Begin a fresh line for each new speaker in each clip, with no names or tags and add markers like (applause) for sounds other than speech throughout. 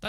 大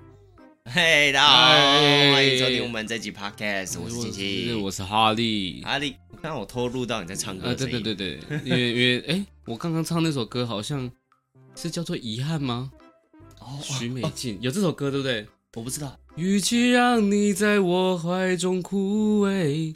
嘿，大家好，
嗨
欢迎收听我们这集 Podcast，我是啊呃琪
是我
琪。
是哈利。
阿力，刚刚我偷录到你在唱歌
啊，
的声
对
音，
对对对，因为因 (laughs) 为哎、我刚刚唱那首歌好像是叫做《遗憾》吗？
哦，
许美静、有这首歌对不对？
我不知道，
与其让你在我怀中枯萎，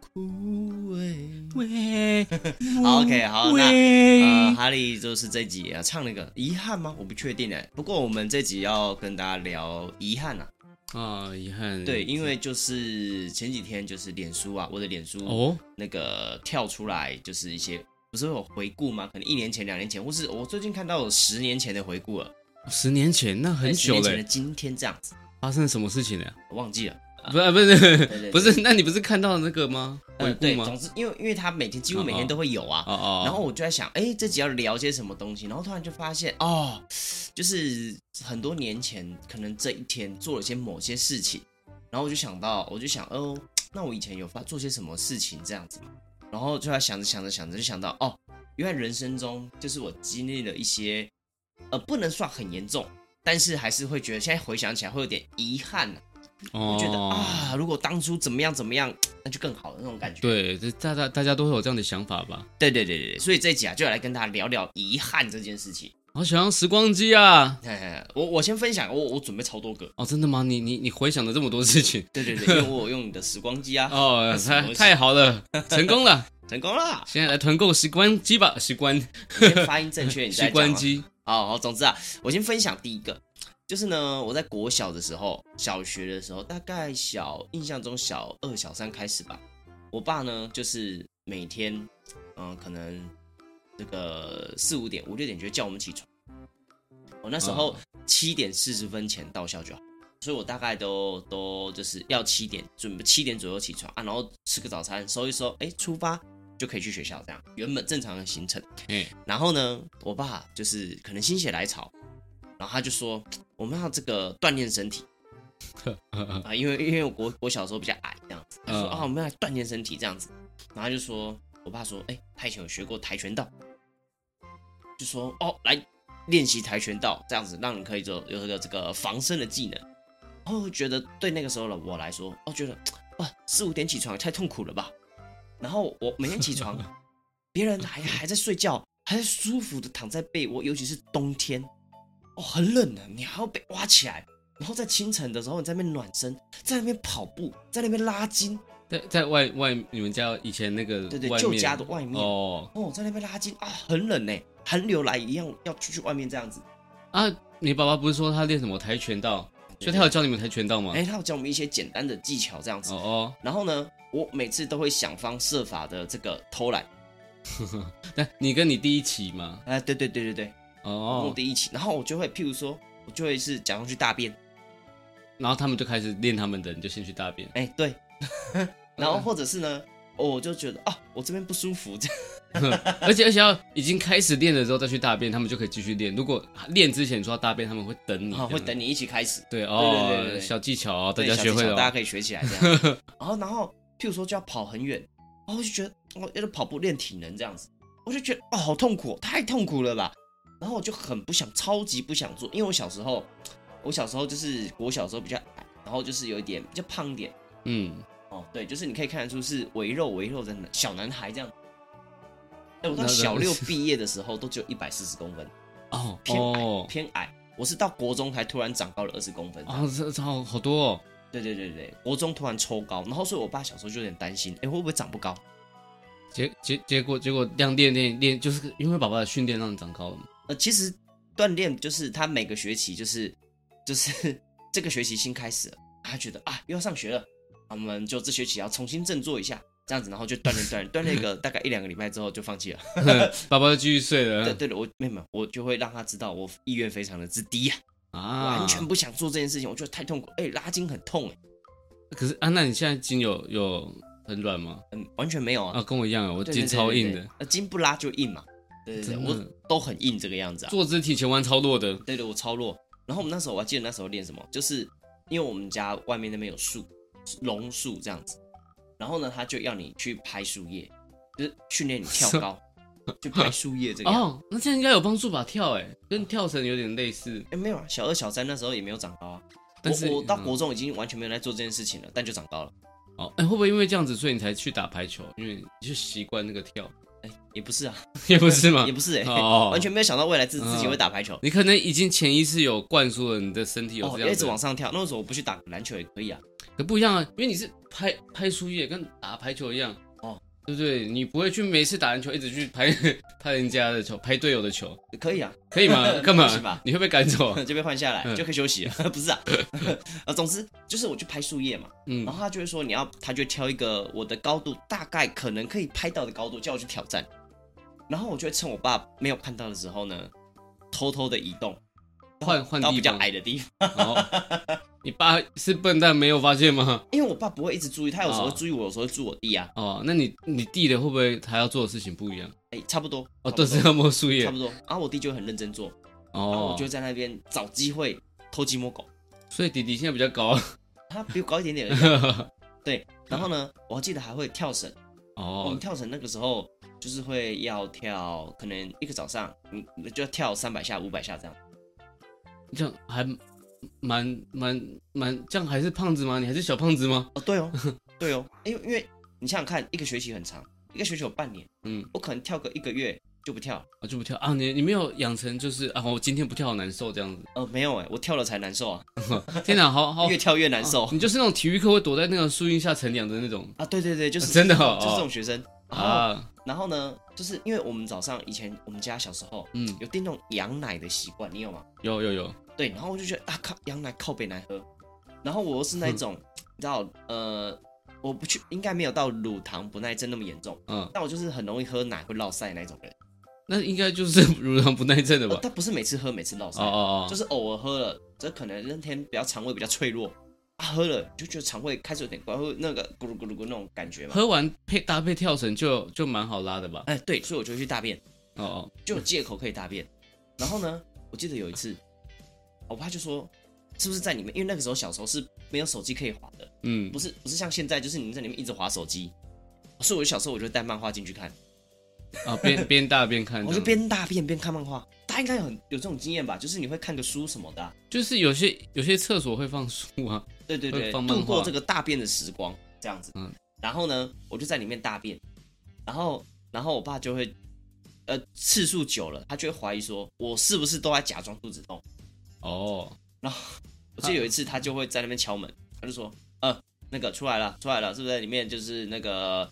枯
哎
萎，
(laughs) 好，OK，好那呃，
那
哈利就是这集要唱那个遗憾吗？我不确定哎。不过我们这集要跟大家聊遗憾啊，
啊，遗憾，
对，因为就是前几天就是脸书啊，我的脸书
哦，
那个跳出来，就是一些不是会有回顾吗？可能一年前、两年前，或是我最近看到有十年前的回顾了，
十年前那很
哎十
久
年
了
前的，今天这样子，
发生了什么事情呢？
我忘记了。
不 (laughs) 是不是
啊对对
不是，那你不是看到那个吗？
呃
回顾
对，
吗
总？之因为因为他每天几乎每天都会有啊，
哦哦，
然后我就在想，哎，这集要聊些什么东西？然后突然就发现，哦，就是很多年前，可能这一天做了些某些事情，然后我就想到，我就想，哦，那我以前有发做些什么事情这样子嘛？然后就在想着想着想着，就想到，哦，原来人生中就是我经历了一些，呃，不能算很严重，但是还是会觉得现在回想起来会有点遗憾、啊，
我
就觉得、，
哦
啊，如果当初怎么样怎么样，那就更好了那种感觉。
对，这大家大家都会有这样的想法吧？
对对对对对，所以这一集啊，就来跟大家聊聊遗憾这件事情。
好想要时光机啊！
嘿嘿我我先分享，我我准备超多个。
哦，真的吗？你你你回想了这么多事
(laughs)
情
对对对，因为我有用你的时光机
(laughs)
啊，
哦，
什么
太
事
太好
(laughs)
了，成功了！
成功啦！
现在来团购时光机吧，时光
你先发音正确，你
时
再
光
讲啊。
机 (laughs)
好好，总之啊，我先分享第一个，就是呢，我在国小的时候，小学的时候，大概小印象中小二、小三开始吧。我爸呢，就是每天，嗯、可能这个四五点、五六点就会叫我们起床。我那时候七点四十分前到校就好，所以我大概都都就是要七点准备七点左右起床啊，然后吃个早餐，收一收，哎、出发就可以去学校这样，原本正常的行程。
哎
然后呢，我爸就是可能心血来潮，然后他就说我们要这个锻炼身体啊、因为因为我我小时候比较矮这样子，他说
嗯
啊、我们要来锻炼身体这样子，然后他就说我爸说哎、他以前有学过跆拳道，就说哦来练习跆拳道这样子，让你可以做有这个这个防身的技能，然后我觉得对那个时候的我来说，哦觉得哇四五点起床也太痛苦了吧，然后我每天起床，别人还还在睡觉，还在舒服的躺在被窝，尤其是冬天，哦，很冷的，你还要被挖起来，然后在清晨的时候你在那边暖身，在那边跑步，在那边拉筋，
在在外外你们家以前那个
对对
外
旧
面
家的外面
哦
哦，在那边拉筋啊，很冷呢，寒流来一样要出去外面这样子。
啊，你爸爸不是说他练什么跆拳道，所以他有教你们跆拳道吗？
哎，他有教我们一些简单的技巧这样子
啊哦，哦，
然后呢，我每次都会想方设法的这个偷懒，
那你跟你弟一起吗？
哎，对对对对对，目
哦，
的一起，然后我就会譬如说，我就会是假装去大便。
然后他们就开始练他们的，你就先去大便。 (laughs)
哎、对，然
嗯
后或者是呢，哦我就觉得啊，我这边不舒服，这样
而且而且要已经开始练了之后再去大便，他们就可以继续练。如果练之前说要大便，他们会等你，
啊会
这样。
等你一起开始，
对哦，
对对对对
小技巧哦，大
对
家
小
学
技
会
巧
了
大家
哦。
可以学起来这样。
(laughs)
然后然后，譬如说就要跑很远，然后我就觉得哦，要是跑步练体能这样子，我就觉得哦，好痛苦哦、太痛苦了吧。然后我就很不想，超级不想做，因为我小时候，我小时候就是我小时候比较矮，然后就是有一点比较胖一点。
嗯，
哦，对，就是你可以看得出是围肉围肉的男小男孩这样。哎，我
那
到
那
小六毕业的时候都只有一百四十公分， (laughs)
哦
偏矮、
哦
偏矮。我是到国中才突然长高了二十公分。
哦，这这好好多哦。
对对对对，国中突然抽高，然后所以我爸小时候就有点担心，哎，会不会长不高？
结结结果结果量练练练，就是因为爸爸的训练让你长高了嘛。
呃，其实锻炼就是他每个学期就是 (laughs) 就是这个学期新开始了，他觉得啊又要上学了，我们就这学期要重新振作一下，这样子，然后就锻炼锻炼锻炼个大概一两个礼拜之后就放
(laughs)
弃了。
爸爸就继续睡
对
了
对的，我妹妹，我就会让她知道我意愿非常的之低呀、
啊，
完全不想做这件事情，我觉得太痛苦，哎、拉筋很痛哎、
可是啊，那你现在筋有有很软吗？
嗯，完全没有啊，
啊，跟我一样啊，我
对
筋超硬，的
对对对，对呃，筋不拉就硬嘛，对对对，
真的
我都很硬这个样子啊，
坐姿体前弯超弱的。
对对，我超弱。然后我们那时候我还记得那时候练什么，就是因为我们家外面那边有树，榕树这样子，然后呢，他就要你去拍树叶，就是训练你跳高，就拍树叶这个样子。
哦，那这样应该有帮助吧？跳哎、跟跳绳有点类似，
哎、没有啊，小二小三那时候也没有长高啊。
但是
我我到
嗯
国中已经完全没有在做这件事情了，但就长高了。
哦，哎、会不会因为这样子，所以你才去打排球？因为你就习惯那个
(laughs)
跳，
哎、也不是啊，
也不是吗
也？不是哎、
哦
完全没有想到未来自自己会打排球。
你可能已经潜意识有灌输了你的身体有
哦，
这
要
样
一直
子，
往上跳。那为什么我不去打篮球也可以啊？
可不一样啊，因为你是拍拍树叶，跟打排球一样，
哦，
对不对？你不会去每次打篮球一直去拍拍人家的球，拍队友的球，
也可以啊，
可以
(laughs)
吗？干
是
嘛
吧？
你会被赶走啊？
(laughs) 就被换下来
嗯
就可以休息了。不
(laughs)
(laughs) 是啊，啊，总之就是我去拍树叶嘛，
嗯
然，后他就会说你要，他就挑一个我的高度大概可能可以拍到的高度，叫我去挑战。然后我就会趁我爸没有看到的时候呢，偷偷的移动
换换
到
地
比较
方，
矮的地方，
哦， (laughs) 你爸是笨蛋没有发现吗？
因为我爸不会一直注意，他有时候
哦
会注意我，有时候会注意我弟啊，
哦，那你你弟的会不会他要做的事情不一样？
哎，差不多，
哦，
差不
都
多
是要摸树叶
差不，多。然后我弟就会很认真做，然后
哦
我，就在那边找机会偷鸡摸狗，
所以弟弟现在比较高， (laughs)
他比我高一点点而已啊。对，然后呢，我还记得还会跳绳。我们
哦，
跳绳那个时候就是会要跳，可能一个早上，嗯，就要跳三百下、五百下这样。
这样还蛮蛮蛮，这样还是胖子吗？你还是小胖子吗？
哦，对哦，对哦，因为因为你想想看，一个学期很长，一个学期有半年，
嗯，
我可能跳个一个月就不跳了。
我就不跳啊，你你没有养成就是啊，我今天不跳好难受这样子，
呃，没有哎，我跳了才难受啊，
天哪，好好
越，跳越难受
你就是那种体育课会躲在那个树荫下乘凉的那种
啊。对对对，就是
真的哦
就是这种学生。然后
啊，
然后呢，就是因为我们早上以前我们家小时候
嗯，
有订那种羊奶的习惯，你有吗？
有有有，
对，然后我就觉得啊靠，羊奶靠北难喝，然后我又是那种，你知道，呃，我不去，应该没有到乳糖不耐症那么严重，
嗯，
但我就是很容易喝奶会落腮那种人，
那应该就是 (laughs) 乳糖不耐症的
呃
吧？
但不是每次喝每次落腮，
哦哦
就
哦，
是偶尔喝了，这可能那天比较肠胃比较脆弱，啊喝了就觉得肠胃开始有点怪，会那个咕噜咕噜咕噜那种感觉嘛，
喝完配搭配跳绳就就蛮好拉的吧？
哎对，所以我就去大便，
哦哦，
就有借口可以大便，然后呢，我记得有一次，我爸就说。是不是在里面？因为那个时候小时候是没有手机可以滑的，
嗯
不，是不是像现在，就是你们在里面一直划手机。所以我小时候我就带漫画进去看，
啊，边边大边看这样
我
子，
就哦边大便边看漫画。大家应该有很有这种经验吧？就是你会看个书什么的啊、
就是有些有些厕所会放书
(laughs)
啊，
对对
会
对，
放漫画
度过这个大便的时光这样子。
嗯
然后呢，我就在里面大便，然后然后我爸就会，呃，次数久了，他就会怀疑说我是不是都在假装肚子痛。
哦，
我记得有一次他就会在那边敲门，他就说，呃，那个出来了，出来了，是不是在里面就是那个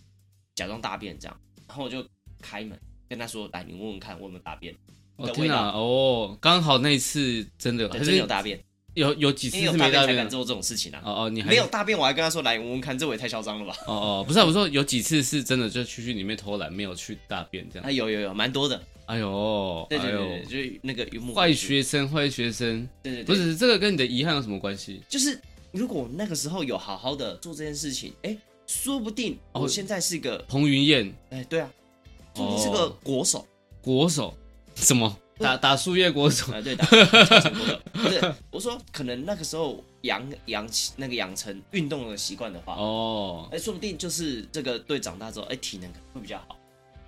假装大便这样？然后我就开门跟他说，来，你问问看我有没有大便，
哦
的
天哪，哦，刚好那一次真的
对
哦还
真的
是
有大便，
有有几次
因为有
是
大
没大
便才
便
敢
的，
做这种事情啊。
哦哦，你还
没有大便，我还跟他说来闻闻看，这我也太嚣张了吧？
哦哦，不是、啊，我说有几次是真的就去去里面偷懒，没有去大便这样
啊，。有有有，蛮多的。
哎呦，
对对对
哎
对，
呦，
就是那个榆木
坏，学生，坏学生，
对对对，
不是这个跟你的遗憾有什么关系？
就是如果我那个时候有好好的做这件事情，哎，说不定我
哦
现在是个，
彭于晏
哎，对啊，说不定是个
哦
国
(laughs)
手。
国手，什么打打树叶国手？
啊，对的，跳绳国手不是，我说可能那个时候养养那个养成运动的习惯的话，哎、
哦，
说不定就是这个对长大之后，哎、体能可能会比较好，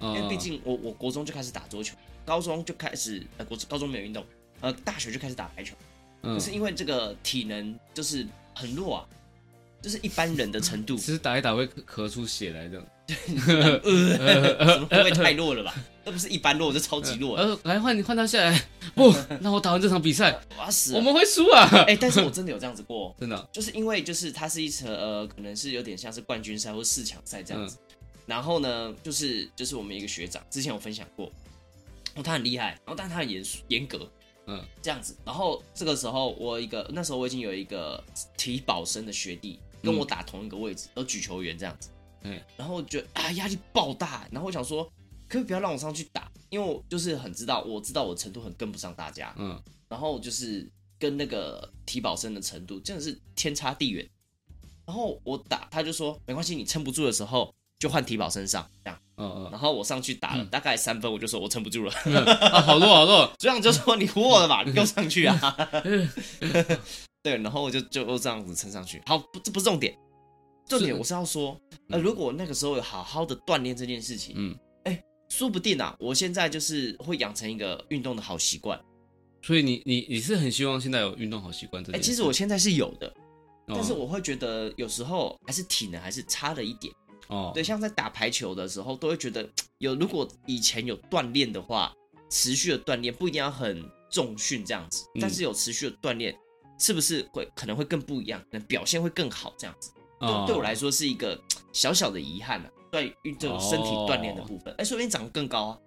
因为
嗯
哎毕竟我我国中就开始打桌球，高中就开始呃国高中没有运动，呃大学就开始打排球，可
嗯，
是因为这个体能就是很弱啊，就是一般人的程度
其，实打一打会咳出血来这样。
(laughs) 怎么会不会太弱了吧？那不是一般弱，这超级弱、
呃，来换你换他下来， (laughs) 不，那我打完这场比
(laughs)
赛，
我要死
我
了。
们会输啊！ (laughs)
哎、但是我真的有这样子过哦、
真的，
就是因为就是它是一层呃，可能是有点像是冠军赛或四强赛这样
嗯
子。然后呢，就是就是我们一个学长之前有分享过，哦，他很厉害，然后但他很严肃严格，
嗯，
这样子。然后这个时候我一个那时候我已经有一个体保生的学弟跟我打同一个位置，都举球员这样子，
嗯，
然后我觉得啊压力爆大，然后我想说。可不可以不要让我上去打，因为我就是很知道，我知道我程度很跟不上大家，
嗯，
然后就是跟那个体保生的程度真的是天差地远。然后我打，他就说没关系，你撑不住的时候就换体保身上这样。
嗯
然后我上去打了大概三分，我就说我撑不住了， (laughs)
嗯，啊，好多好多，
这样就说你唬我了吧，你给我上去啊。 (laughs) 对，然后我就就就这样子撑上去。好，不这不是重点，重点
是
我是要说，呃，
嗯
如果那个时候有好好的锻炼这件事情，哎
嗯，
说不定啊，我现在就是会养成一个运动的好习惯。
所以你你你是很希望现在有运动好习惯这
哎、
件事？
其实我现在是有的，
哦，
但是我会觉得有时候还是体能还是差了一点。
哦，
对，像在打排球的时候，都会觉得有如果以前有锻炼的话，持续的锻炼不一定要很重训这样子，但
嗯
是有持续的锻炼，是不是会可能会更不一样，可能表现会更好这样子？
哦
对对我来说是一个小小的遗憾啊，对于
哦
这种身体锻炼的部分，哎、说不定长得更高啊，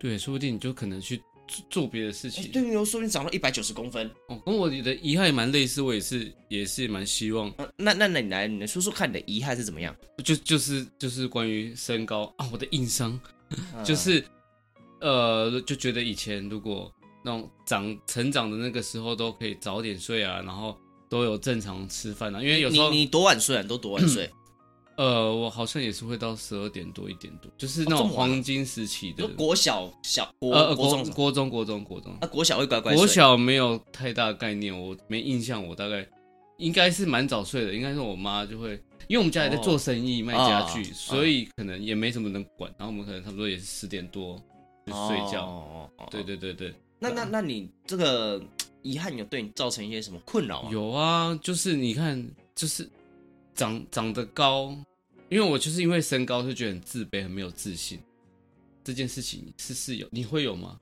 对，说不定你就可能去做做别的事
哎、
情。
对，有说不定长到一百九十公分。
哦，跟我的遗憾也蛮类似，我也是也是蛮希望，
呃那那那你来，你来说说看你的遗憾是怎么样？
就就是就是关于身高啊，我的硬伤
嗯
就是，呃，就觉得以前如果那种长成长的那个时候都可以早点睡啊，然后都有正常吃饭啊，因为有时
你
候
你多晚睡啊？你都多晚睡？
呃，我好像也是会到十二点多一点多，就是那
哦这
种
么晚
黄金时期
你
的
说，国小小国、
呃呃
国
国
中什么
国中国中国中
啊，国小会乖乖睡。
国小没有太大概念，我没印象，我大概应该是蛮早睡的，应该是我妈就会，因为我们家也在做生意、卖家具，
哦啊
所以可能也没什么人管，然后我们可能差不多也是十点多就睡觉。
哦哦哦哦
对对对对，
那那那你这个嘖遗憾有对你造成一些什么困扰吗？
有啊，就是你看，就是长长得高，因为我就是因为身高就觉得很自卑，很没有自信。这件事情是是有，你会有吗？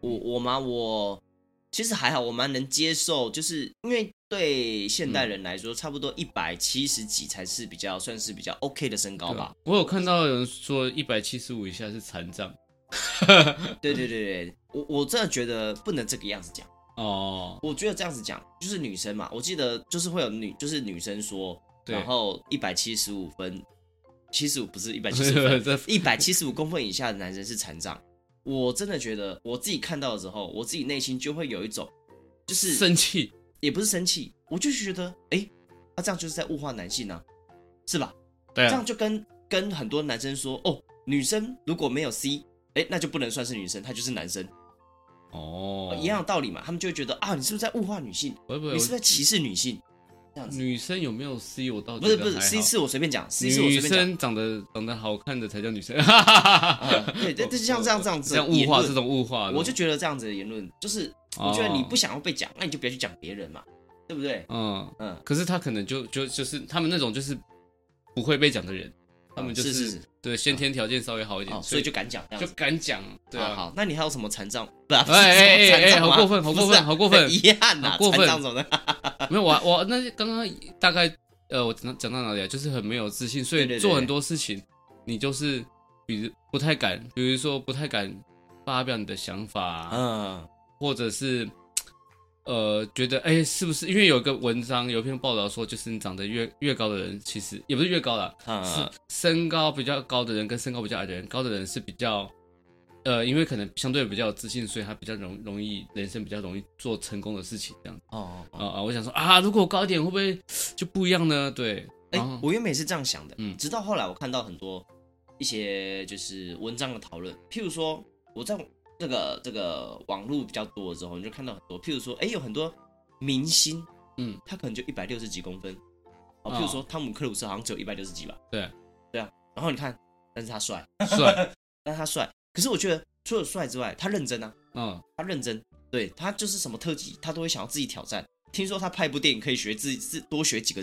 我我吗？我其实还好，我蛮能接受，就是因为对现代人来说，差不多一百七十几才是比较算是比较 OK 的身高
对
吧
啊。，我有看到有人说一百七十五以下是残障。啊
对对对对，我我真的觉得不能这个样子讲。
哦，
我觉得这样子讲就是女生嘛，我记得就是会有女就是女生说，
对
然后一百七十五分，七十五不是一百七十
(laughs)
分，
这
一百七十五公分以下的男生是残障。我真的觉得，我自己看到的时候，我自己内心就会有一种，就是
哦生气。
也不是生气，我就觉得，哎、那、这样就是在物化男性啊，是吧？
对啊
这样就跟跟很多男生说，哦，女生如果没有 C，哎、那就不能算是女生，她就是男生，
哦
一样的道理嘛。他们就会觉得啊，你是不是在物化女性？
会不会
你是不是在歧视女性？
有女生有没有 C？我倒
不是不是，C 是我随便讲，C 是我
女
随便讲。
生长得长得好看的才叫女生。
啊对对对像这样这样子
(laughs) 这样物
言
化
论
这种物化，
我就觉得这样子的言论，就是
哦
我觉得你不想要被讲，那你就不要去讲别人嘛，对不对？
嗯
嗯，
可是他可能就就就是他们那种就是不会被讲的人，他们就是
啊是是
对先天条件稍微好一
哦，
点，
所以
就
就敢讲这样
就
子。
敢讲，对
好
啊，
好，那你还有什么残障？不是， (laughs)
哎哎哎哎
是什么残障吗
好过分好过分
不是啊
好过分
很遗憾呐，
好过分啊
残障什么的。
(laughs) 没有我我那刚刚大概呃我讲讲到哪里啊？就是很没有自信，所
对对
以
对
做很多事情你就是比如不太敢，比如说不太敢发表你的想法啊，
嗯，
或者是呃觉得哎、是不是因为有一个文章有一篇报道说，就是你长得越越高的人，其实也不是越高啦，
嗯
是身高比较高的人跟身高比较矮的人，高的人是比较。呃，因为可能相对比较有自信，所以他比较容容易人生比较容易做成功的事情，这样
哦
啊
哦
啊、我想说啊，如果我高一点，会不会就不一样呢？对，
哎
然后，
我原本也是这样想的，
哦嗯
直到后来我看到很多一些就是文章的讨论，譬如说我在这个这个网络比较多的时候，你就看到很多，譬如说，哎，有很多明星，
嗯，
他可能就一百六十几公分，
哦
哦，譬如说汤姆克鲁斯好像只有一百六十几吧，
对，
对啊，然后你看，但是他帅，
帅，
但是他帅，可是我觉得除了帅之外，他认真啊，
嗯，
他认真，对他就是什么特技，他都会想要自己挑战。听说他拍一部电影可以学自己自多学几个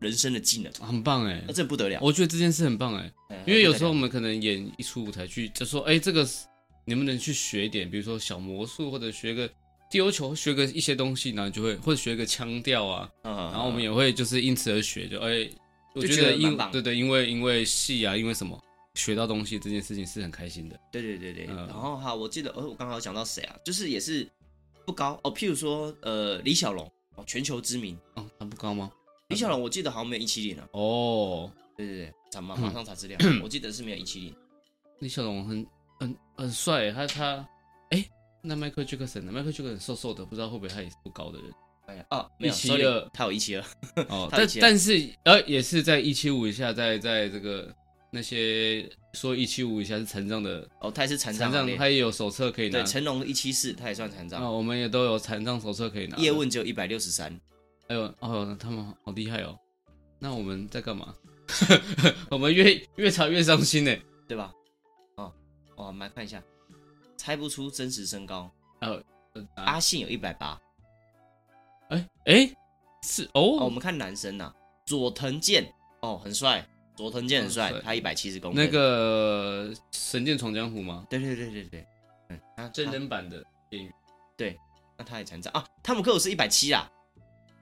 人生的技能，
很棒哎
那、，这不得了。
我觉得这件事很棒哎，
哎
因为有时候我
不得了
们可能演一出舞台剧，就说哎、这个是能不能去学一点，比如说小魔术，或者学个丢球，学个一些东西，然后就会或者学个腔调啊，
嗯，
然后我们也会就是因此而学，就哎、我
就
觉
觉得
得因
蛮棒
对对，因为因为戏啊，因为什么学到东西这件事情是很开心的，
对对对对，
嗯
然后哈，我记得，哦，我刚好讲到谁啊？就是也是不高哦，譬如说呃，李小龙哦，全球知名，
哦，他不高吗？
李小龙我记得好像没有一七零啊，
哦，
对对对，查马
嗯
马上查资料，我记得是没有一七零，
李小龙很很很欸
(laughs)
帅耶，他他哎、那迈克尔·杰克森呢？迈克尔·杰克森瘦瘦的，不知道会不会他也是不高的人？
哎呀哦，没有
172
sorry，他有一七二，
哦，
他
但
以前
但是呃，也是在一七五以下，在在这个那些说一七五以下是残障的
哦，他也是残
残
障行
障，
列，
他也有啊手册可以拿
对，。成龙一七四，他也算残障。
啊，我们也都有残障手册可以拿。
叶问只有一百六十三，
哎呦，哦，他们好厉害哦。那我们在干嘛？ (laughs) 我们越越查越伤心呢。
对吧？哦，哦，我们来看一下，猜不出真实身高。
啊，
阿信有一百八，
哎哎，是
哦，我
哦，
们看男生呐、佐藤健，哦，很帅，佐藤健很帅
很，帅
他一百七十公
哦
分。
那，个《神剑闯江湖》吗？
对对对对对，嗯，啊，
真
他，
人版的演员，
那他也残障啊。汤姆克鲁斯一百七啦，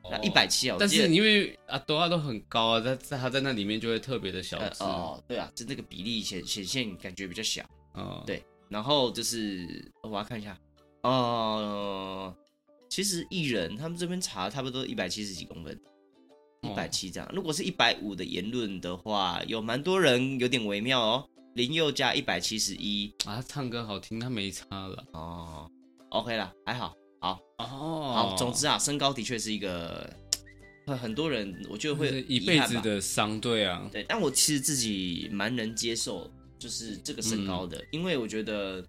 哦
一百。七啊，我
但
记得
是因为啊，朵拉都很高啊，在在他在那里面就会特别的小
呃
只
哦，对啊，就这个比例显显现感觉比较小。
哦，
对然后就是、哦我要看一下，哦、其实艺人他们这边查差不多一百七十几公分，
哦
一百七这样。如果是一百五的言论的话，有蛮多人有点微妙哦。林宥嘉一百七十一，
啊，他唱歌好听，他没差了。
哦，OK 啦，还好。
哦，
好，总之啊，身高的确是一个，很很多人我觉得
会
会
一
遗
辈
憾
子
吧
的伤，对啊，
对，但我其实自己蛮能接受，就是这个身
嗯
高的，因为我觉得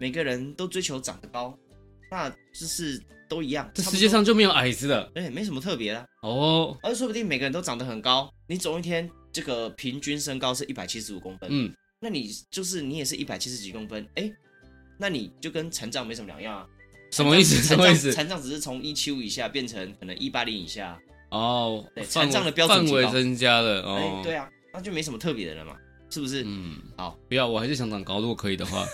每个人都追求长得高，那就是都一样。
这
差不
世界
多，
上就没有矮子的
对，没什么特别啦。
哦。
而说不定每个人都长得很高，你总有一天这个平均身高是一百七十五公分，
嗯，
那你就是你也是一百七十几公分，哎，那你就跟残障没什么两样啊。
什么意思？什
残
么意
障
思？
残障只是从一七五以下变成可能一八零以下，
哦，
对
范围
残障的标准
范
提高
围增加了
哎、
哦。
对啊，那就没什么特别的了嘛，是不是？
嗯，
好，
不要，我还是想长高，如果可以的
(laughs)
话，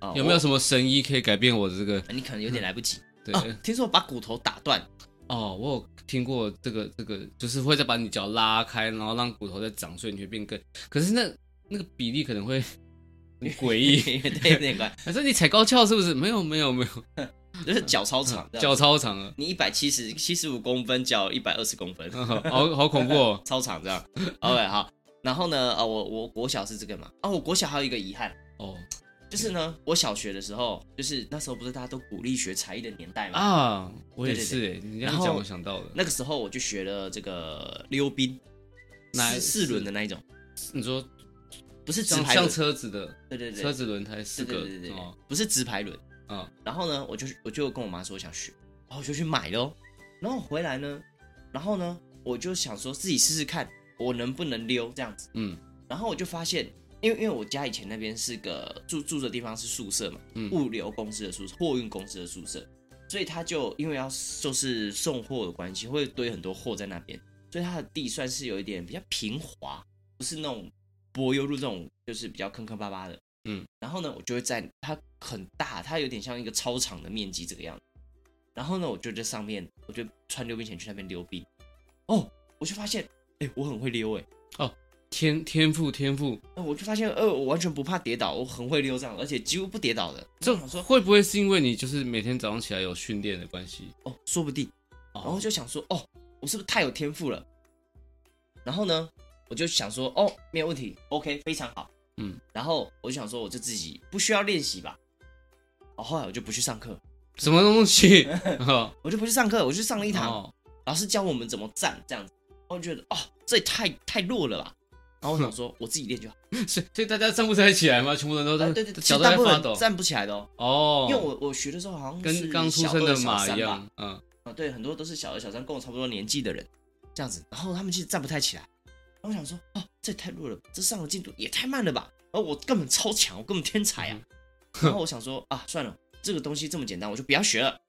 哦
有没有
我
什么嗯神医可以改变我的这个？
你可能有点来不及。
对，
哦，听说把骨头打断，
(laughs) 哦，我有听过这个，这个就是会再把你脚拉开，然后让骨头再长，所以你会变更。可是那那个比例可能会 (laughs) 很诡
(laughs)
异，
对，有点怪，
还是你踩高跷是不是？没有没有没有，
就是脚超长， (laughs) 这样
(laughs) 脚超长了，
你一百七十七十五公分，脚一百二十公
(laughs)
分，
嗯好好恐怖
(laughs)
哦。
超长这样。OK，好。然后呢，啊，我我国小是这个嘛，啊，我国小还有一个遗憾，
哦
就是呢，我小学的时候，就是那时候不是大家都鼓励学才艺的年代嘛，
啊，我也
对对
是哎，你这样
然后
讲我想到了，
那个时候我就学了这个溜冰，
哪
四四轮的那一种，
你说
不是直
像
排
像
轮，
车子的
对对对，
车子轮胎四
对
个
对对对对
哦，
不是直排轮。
啊
然后呢，我就我就跟我妈说我想学，然后我就去买咯。然后回来呢，然后呢，我就想说自己试试看我能不能溜这样子。
嗯
然后我就发现，因为因为我家以前那边是个住住的地方是宿舍嘛，
嗯
物流公司的宿舍，货运公司的宿舍，所以他就因为要就是送货的关系，会堆很多货在那边，所以它的地算是有一点比较平滑，不是那种柏油路这种，就是比较坑坑巴巴的。
嗯，
然后呢，我就会在它很大，它有点像一个操场的面积这个样子。然后呢，我就在上面，我就穿溜冰鞋去那边溜冰。哦，我就发现，哎、我很会溜、哎。
天天赋天赋，
呃我就发现，呃，我完全不怕跌倒，我很会溜这样，而且几乎不跌倒的。
这
我想说，
会不会是因为你就是每天早上起来有训练的关系？
哦，说不定，然后
哦，
就想说，哦，我是不是太有天赋了？然后呢，我就想说，哦，没有问题，OK，非常好，
嗯。
然后我就想说，我就自己不需要练习吧。哦，后来我就不去上课，
什么东
(laughs)
西？哦
我就不去上课，我去上了一堂，
哦
老师教我们怎么站这样子。然后我就觉得，哦，这也太太弱了吧。然后我想说，我自
(laughs)
己练就好。
所以所以大家站不站起来吗？全部人都
啊
在
对对，其
脚都
实大
在
部
发
分
抖
人。站不起来的哦，
哦，
因为我我学的时候好像
跟
是
刚出
小
生
二
的
小
马
三
一
吧
样，嗯，
啊，对，很多都是小二、小三跟我差不多年纪的人，这样子，然后他们其实站不太起来。然后我想说，哦，这也太弱了吧，这上的进度也太慢了吧，而我根本超强，我根本天才啊。然后我想说，啊，算了，这个东西这么简单，我就不要学了。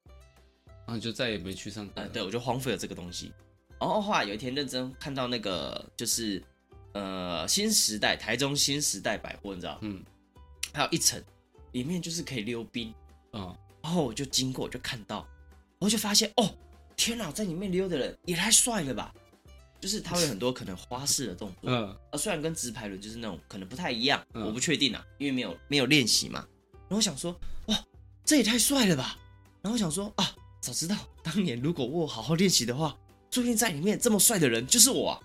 然后就再也没去上课
呃，
了。
对，我就荒废了这个东西。然后后来有一天认真看到那个就是呃新时代台中新时代百货，你知道，
嗯，
还有一层里面就是可以溜冰，
哦，
然后我就经过，我就看到，我就发现哦，天哪，在里面溜的人也太帅了吧！就是他会有很多可能花式的动作，
嗯，
呃，虽然跟直排轮就是那种可能不太一样，
嗯
我不确定啊，因为没有没有练习嘛。然后我想说，哇，这也太帅了吧！然后我想说啊，早知道当年如果我有好好练习的话，说不定在里面这么帅的人就是我啊！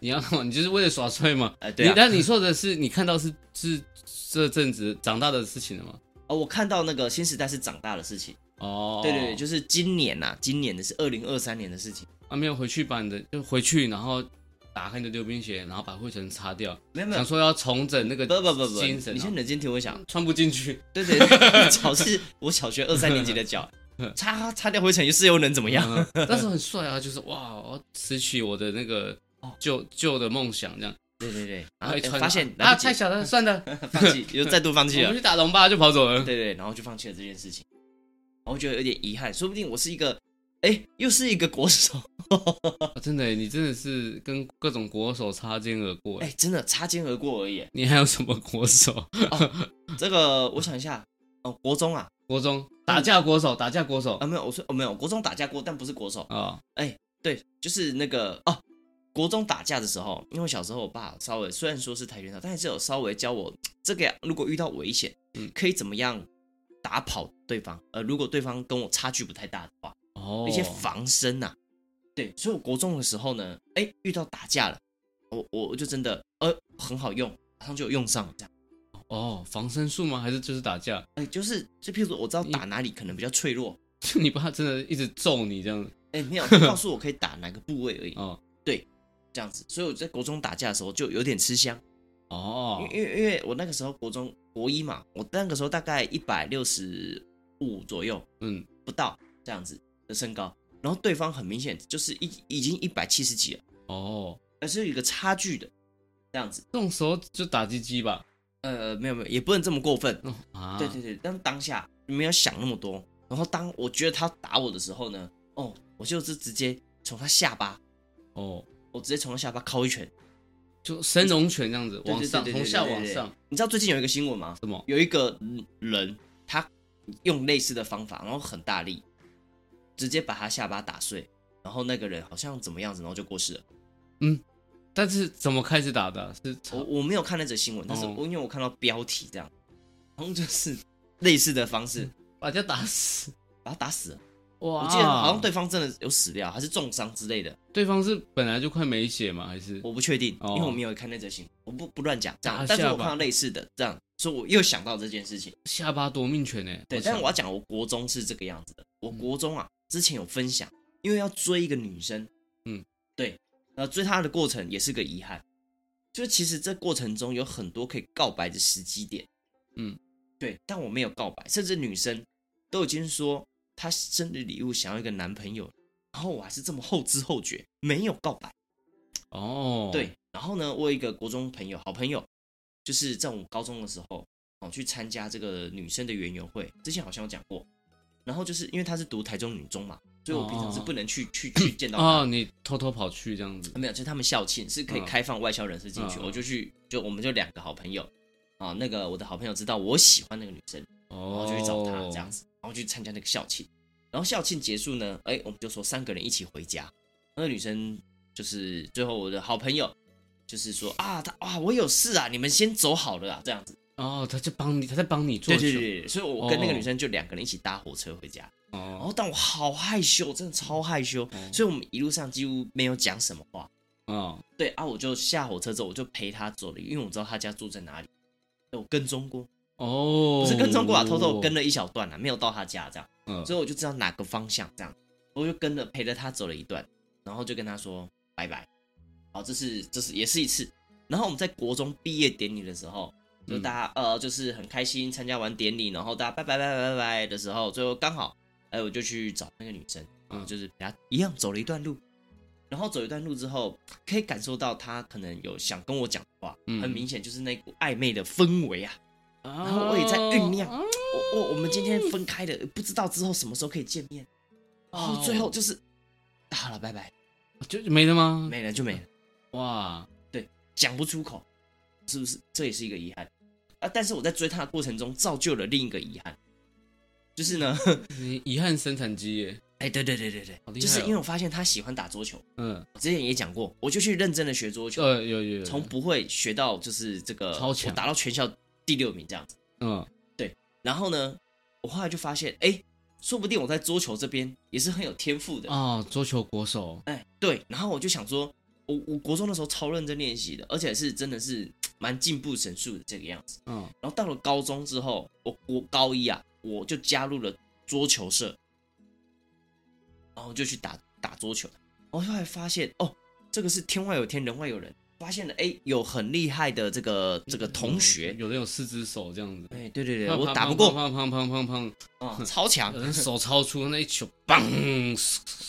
你要 (laughs) 你就是为了耍帅嘛？
哎、对
你
啊，
但你说的是你看到是是这阵子长大的事情了吗？
呃哦，我看到那个新时代是长大的事情，
哦，
对对对，就是今年呐、今年的是二零二三年的事情。
啊，没有回去把你的就回去，然后打开你的溜冰鞋，然后把灰尘擦掉，
没有没有
想，说要重整那个
不不不不，
精神，哦
你先冷静听我讲
然后。穿不进去，
对对对，脚是我小学二三年级的脚，擦擦掉灰尘是又能怎么样？
嗯但是很帅啊，就是哇，我要拾起我的那个旧旧的梦想这样，
对对对，然
然
后
后一
哎
穿
发现来
啊
不及
太小了，算
(laughs)
了，我
放弃，又再度放弃了
们。去打龙吧，就跑走了。
对对，然后就放弃了这件事情，然后觉得有点遗憾，说不定我是一个，哎，又是一个国手，
啊真的耶，你真的是跟各种国手擦肩而过耶。
哎，真的擦肩而过而已。
你还有什么国
(laughs)
手？
这个我想一下，哦，国中啊，
国中打架国手，打架国手
啊没有，我说哦没有，国中打架过，但不是国手，
啊，
对，就是那个哦，国中打架的时候，因为小时候我爸稍微虽然说是跆拳道，但还是有稍微教我这个呀，如果遇到危险，
嗯
可以怎么样打跑对方，呃，如果对方跟我差距不太大的话，
哦，
一些防身呐、对，所以我国中的时候呢，哎，遇到打架了，我我我就真的呃很好用，马上就有用上了这样。
哦防身术吗？还是就是打架？ (laughs)
哎，就是就譬如说我知道打哪里可能比较脆弱，
就你爸真的一直揍你这样
哎，没有告诉我可以打哪个部位而已，
哦
这样子。所以我在国中打架的时候就有点吃香，
哦
因为因为因为我那个时候国中国一嘛，我那个时候大概一百六十五左右
嗯
不到这样子的身高，然后对方很明显就是一已经一百七十几了，
哦，
而是有一个差距的这样子。
这种时候就打鸡鸡吧。
呃，没有没有，也不能这么过分。
哦啊，
嗯对对对，但当下没有想那么多。然后当我觉得他打我的时候呢，哦，我就是直接从他下巴，
哦，
我直接从他下巴敲一拳，
就神龙拳这样子
对
往上，从下往。
对对对对对对
上
对，你知道最近有一个新闻吗？
什么？
有一个人他用类似的方法，然后很大力，直接把他下巴打碎，然后那个人好像怎么样子，然后就过世了。
但是怎么开始打的啊？是
我我没有看那则新闻，但是
哦
我因为我看到标题这样，然后就是类似的方式
把人家打死？
把他打死了。
嗯哇，
我记得好像对方真的有死掉，还是重伤之类的，
对方是本来就快没血嘛，还是
我不确定，
哦
因为我没有看那则新闻，我不不乱讲这样
打。
但是
下
我
吧
看到类似的这样，所以我又想到这件事情。
下巴夺命拳呢？
对，
好像
但是我要讲，我国中是这个样子的。我国中啊，之前有分享，因为要追一个女生，
嗯，
对，然后追她的过程也是个遗憾，就是其实这过程中有很多可以告白的时机点，
嗯，
对，但我没有告白，甚至女生都已经说她生日礼物想要一个男朋友，然后我还是这么后知后觉，没有告白。
哦，
对，然后呢，我有一个国中朋友，好朋友，就是在我高中的时候，哦，去参加这个女生的园游会，之前好像有讲过。然后就是因为她是读台中女中嘛，所以我平常是不能去、去去见到她。
哦，你偷偷跑去这样子
啊，没有，就是他们校庆是可以
嗯
开放外校人士进去，
嗯嗯
我就去，就我们就两个好朋友啊，那个我的好朋友知道我喜欢那个女生，然
哦
后，就去找她这样子，然后去参加那个校庆。然后校庆结束呢，哎，我们就说三个人一起回家。那个女生就是最后我的好朋友，就是说啊，她啊，我有事啊，你们先走好了啊，这样子。
哦，他就帮你，他在帮你做
对
球
对对，对所以我跟那个
哦
女生就两个人一起搭火车回家。然
哦
后但我好害羞，真的超害羞，所以我们一路上几乎没有讲什么话。
哦，
对啊，我就下火车之后我就陪她走了，因为我知道她家住在哪里。我跟踪过，
哦，
不是跟踪过啊，偷偷跟了一小段啊，没有到她家这样。
嗯，
所以我就知道哪个方向这样，我就跟着陪着他走了一段，然后就跟他说拜拜。好，这是这是也是一次。然后我们在国中毕业典礼的时候，就大家、
嗯
呃就是很开心参加完典礼，然后大家拜拜拜拜拜拜的时候，最后刚好哎、我就去找那个女生，
嗯
就是陪她一样走了一段路。然后走一段路之后，可以感受到她可能有想跟我讲的话，
嗯
很明显就是那股暧昧的氛围啊。
然
后我也在酝酿我我我们今天分开的，不知道之后什么时候可以见面。然后最后就是好了，拜拜，
就没了吗？
没了就没了，
哇，
讲不出口，是不是？这也是一个遗憾啊！但是我在追她的过程中，造就了另一个遗憾，就是呢，
你遗憾生产机耶，
哎，对对对对对，
好厉害哦
就是因为我发现她喜欢打桌球，
嗯，
我之前也讲过，我就去认真的学桌球，
呃，有有有，
从不会学到就是这个
超强
我打到全校第六名这样子。
嗯
然后呢，我后来就发现，哎，说不定我在桌球这边也是很有天赋的
啊，桌球国手，
哎，对，然后我就想说，我我国中的时候超认真练习的，而且是真的是蛮进步神速的这个样子。
嗯，
然后到了高中之后，我我高一啊，我就加入了桌球社，然后就去打打桌球。我后来发现哦，这个是天外有天，人外有人。发现了，哎，有很厉害的这个这个同学，
嗯有的有四只手这样子，
哎，对对对，我打不
(laughs)
过，
砰砰砰砰砰
哦，超强
砰，，呃手超粗，那一球砰，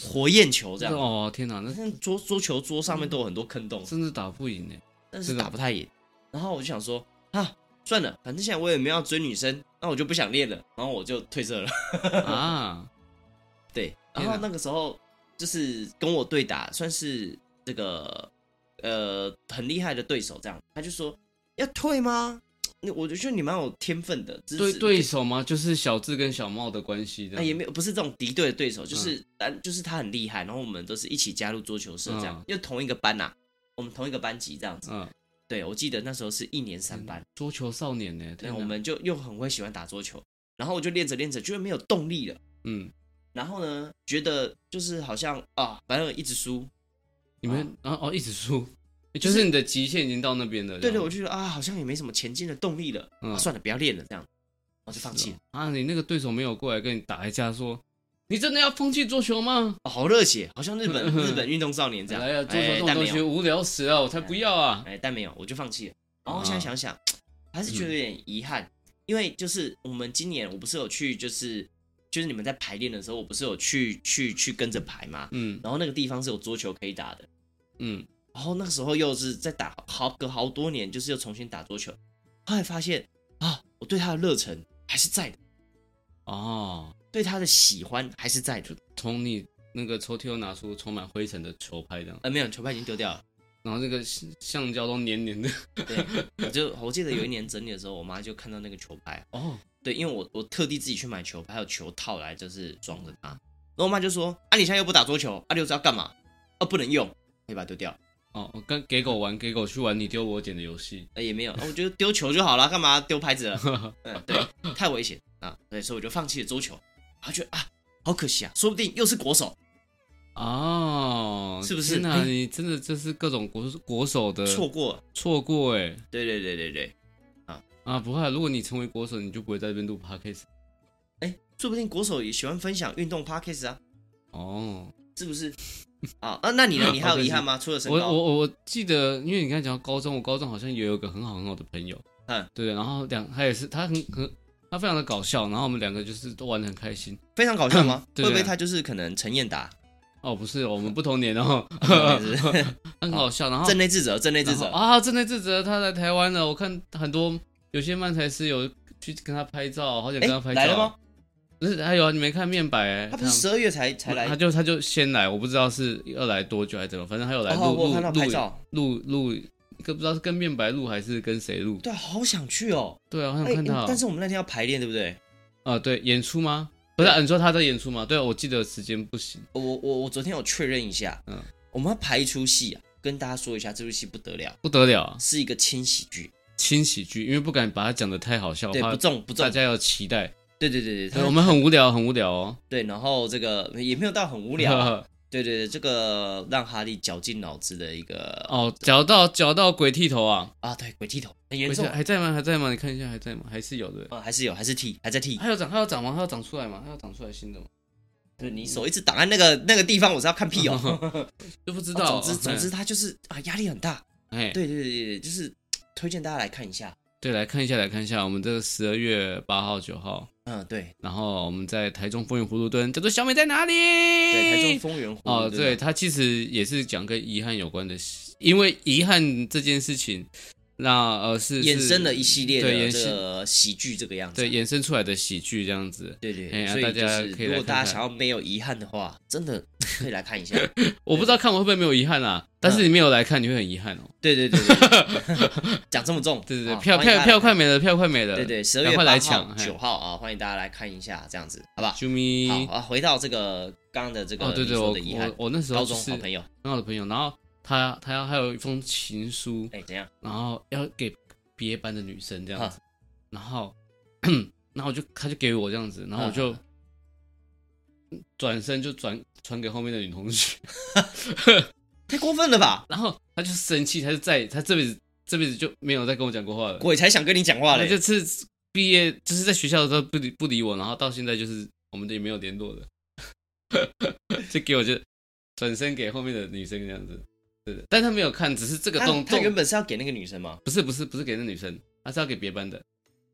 火焰球这
(laughs)
样。
哦天哪，那
像桌桌球桌上面都有很多坑洞，
哦真的打不赢
(laughs)
哎，
但是
真的
打不太赢。然后我就想说啊，算了，反正现在我也没有要追女生，那我就不想练了，然后我就退社了。 (laughs)
啊，
对，
天
然
哪
后那个时候就是跟我对打，算是这个呃很厉害的对手，这样他就说要退吗？那我就觉得你蛮有天分的，只
对
是
对手吗？就是小智跟小茂的关系
那
的，
啊也没有不是这种敌对的对手，
嗯
就是但、就是他很厉害，然后我们都是一起加入桌球社这样
嗯，
因为同一个班呐、我们同一个班级这样子。
嗯，
对，我记得那时候是一年三班，
桌球少年呢，天
那
哪
我们就又很会喜欢打桌球，然后我就练着练着，觉得没有动力了。
嗯，
然后呢，觉得就是好像啊，反正一直输。
你们啊哦一直输，就是你的极限已经到那边了，
对对，
这样
我就觉得啊，好像也没什么前进的动力了。
嗯
啊算了，不要练了，这样，我就放弃了。
啊，你那个对手没有过来跟你打一架说。你真的要放弃桌球吗？
哦，好热血，好像日本日
(laughs)
本运动少年这样。
来呀，桌球
哎
这种
但
东
没
西
有，
无聊死了，我才不要啊！
哎，但没有，我就放弃了。然后
啊
现在想想，还是觉得有点遗憾，因为就是我们今年我不是有去，就是就是你们在排练的时候，我不是有去去去跟着排嘛。
嗯
然后那个地方是有桌球可以打的。
嗯，
然后那个时候又是在打好隔好多年，就是又重新打桌球。后来发现啊，我对他的热忱还是在的，
哦，
对他的喜欢还是在的。
从你那个抽屉又拿出充满灰尘的球拍，这样，
呃，没有，球拍已经丢掉了。
然后那个橡橡胶都黏黏的。
(laughs) 对，我就我记得有一年整理的时候，我妈就看到那个球拍。
哦，
对，因为我我特地自己去买球拍还有球套来，就是装着它。然后我妈就说：“啊，你现在又不打桌球，啊，你又知道干嘛？啊，不能用，可以把它丢掉。
哦，我跟给狗玩，给狗去玩你丢我捡的游戏。
呃，也没有，啊我觉得丢球就好了，干嘛丢拍子了？嗯，对，太危险啊，对，所以我就放弃了桌球，然后觉得啊，好可惜啊，说不定又是国手，
哦，
是不是
天哪
哎
你真的就是各种国国手的
错过了，
错过哎
对对对对对，
啊！不怕，如果你成为国手，你就不会在这边录 podcast
哎，说不定国手也喜欢分享运动 podcast 啊，
哦。
是不是？啊，那那
(laughs)
你呢？你还有遗憾吗？除了身
我
高，
我我记得，因为你刚才讲到高中，我高中好像也有一个很好很好的朋友，
嗯，
对，然后两他也是他很很他非常的搞笑，然后我们两个就是都玩的很开心。
非常搞笑吗？
(laughs) 对
会
对
不会他就是可能陈
(laughs)
彦达，
哦，不是，我们不同年哦，
是不是
很好笑。然后
哦镇内智者，镇内智
然后
者，
啊，正在自责，他来台湾了，我看很多有些漫才师有去跟他拍照，好想
哎
跟他拍，照。
来了吗？？
不是，还有啊，你没看面白、欸？
他不是十二月才才来
他，就他就先来，我不知道是要来多久还是怎么，反正他有来
哦，
录
我
录
看到拍
录
照，
录录，跟不知道是跟面白录还是跟谁录。
对，啊好想去哦，
对啊，我
哎
想看他哦、
但是我们那天要排练，对不对？
啊，对，演出吗？不是啊，你说他在演出吗？对啊，我记得时间不行。
我我我昨天有确认一下，
嗯
嗯，我们要排一出戏啊，跟大家说一下，这出戏不得了，
不得了啊，
是一个轻喜剧，
轻喜剧，因为不敢把它讲的太哦好笑，
对，
怕
不重不
大
重，
家有期
(laughs)
待。
对对对对，
对，我
他
们很无聊，很无聊哦。
对，然后这个也没有到很无
无 (laughs)
聊啊、对对对，这个让哈利绞尽脑汁的一个
哦，搅到搅到鬼剃头啊！
啊，对，鬼剃头
没
很严
事，
重
还在吗？还在吗？你看一下还在吗？还是有的。
啊，还是有，还是剃，还在剃，
还有长，还有长吗？还有长出来吗？还有长出来新的吗？
对你手一直挡在那个那个地方，我是要看屁哦。
就 (laughs) 不知道。哦嗯
总之总之，他就是啊，压力很大，
哎，对
对对对对对，就是推荐大家来看一下，
对，来看一下，来看一下，我们这个十二月八号、九号，
嗯，对
然后我们在台中风云葫芦墩，叫做小美在哪里？
对，台中
对
风云湖
哦，对，
不
他其实也是讲跟遗憾有关的，因为遗憾这件事情，那呃是
衍
是
生了一系列
对
的
衍
这
生
个喜剧这个样子
对
啊。
衍生出来的喜剧这样子。
对
哎
对，
呀
所以
大家
就是
可以
如
来
果
看
大家
看
想要没有遗憾的话，真的可以
(laughs)
来看一下。
我不知道看完会不会没有遗憾啊，但
嗯
是你没有来看，你会很遗憾哦。
对对对对，对讲这么重，
对对对，
啊
票票票，快没了，票快没了。
欢迎大家来看对对，十二
赶
月
快来
八
抢哎
号、九号啊，欢迎大家来看一下，这样子，好吧？
啾咪。
好啊，回到这个刚刚的这
哦，
个
对
你
对，
说
我
的遗憾
我，我那时候
高
就
中
是
好朋友，
很好的朋友，然后他他要还有一封情书，
哎，怎样？
然后要给别班的女生这样
啊
子，然后 (clears throat) 然后我就他就给我这样子，然后我就嗯
嗯
转身就转传给后面的女同学， (laughs)
太过分了吧？
然后他就生气，他就再他这辈子这辈子就没有再跟我讲过话了，
鬼才想跟你讲话
他
嘞！
这次毕业就是在学校的时候不理不理我，然后到现在就是我们也没有联络的， (laughs) 就给我就转身给后面的女生这样子，对的，但他没有看，只是这个
他
动
他
动
啊原本是要给那个女生吗？
不是不是不是给那女生，他是要给别班的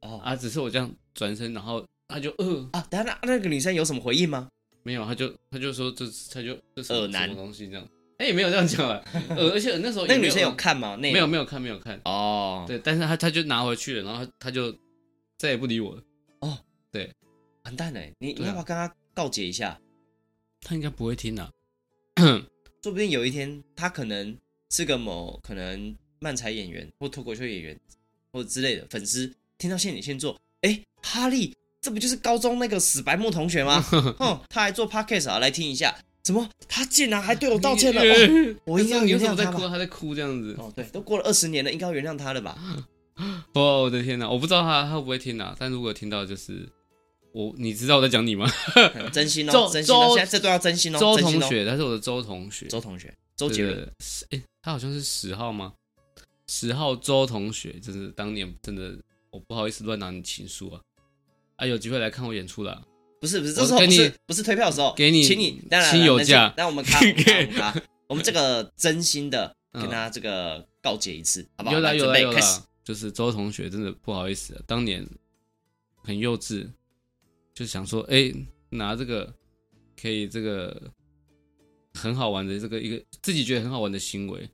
哦啊
啊，只是我这样转身，然后他就呃
啊，等一下那那个女生有什么回应吗？
没有，他就他就说这他就这什么
恶男
什么东西这样，哎、也没有这样讲
(laughs)
了，呃，而且那时候
那
也
个
没
女生有看吗？那
没有没有看没有看，
哦，
对，但是他他就拿回去了，然后他他就再也不理我了，
完蛋了，欸你你
对啊
要不要跟她告解一下？
他应该不会听啊，
说不定有一天她可能是个某可能漫才演员或脱口秀演员或之类的粉丝，听到现你现做，哎，哈利，这不就是高中那个死白目同
(laughs)
学吗？哼，他还做 podcast 啊，来听一下。怎么？他竟然还对我道歉了？哦我一定
(laughs)
要
有
原
什么
谅
在
他
哭啊？
吧。
他在哭这样子。
哦，对，都过了二十年了，应该要原谅他了吧？
(laughs) 哦，我的天哪，我不知道他他会不会听啊，但如果听到就是我，你知道我在讲你吗？
嗯真心哦
周，
真心哦，
周
现在这段要真心哦，
周
真心
同
哦，
学，他是我的周同学，
周同学，周杰伦，
对，是诶他好像是十号吗？十号周同学，真是当年真的，我不好意思乱拿你情书啊。啊，有机会来看我演出啦！
不是不是，
我
这时候
跟
不
你
是不是退票的时候，
给你
请你，当然
亲友价
那我
(laughs)
们卡，我们卡，我们这个真心的跟他这个告解一次，好不
嗯
好？
有啦
来
有
准
啦
备
有
开始
啦，就是周同学，真的不好意思、啊，当年很幼稚，就想说，哎、拿这个可以这个很好玩的这个一个自己觉得很好玩的行为，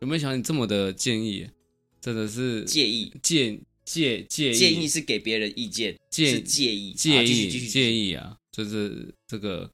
有没有想到你这么的建议？真的是
介意，
建介介意
建议是给别人意见，
建
是介意，
介
好继续
意
继续
介
意，
意啊，就是这个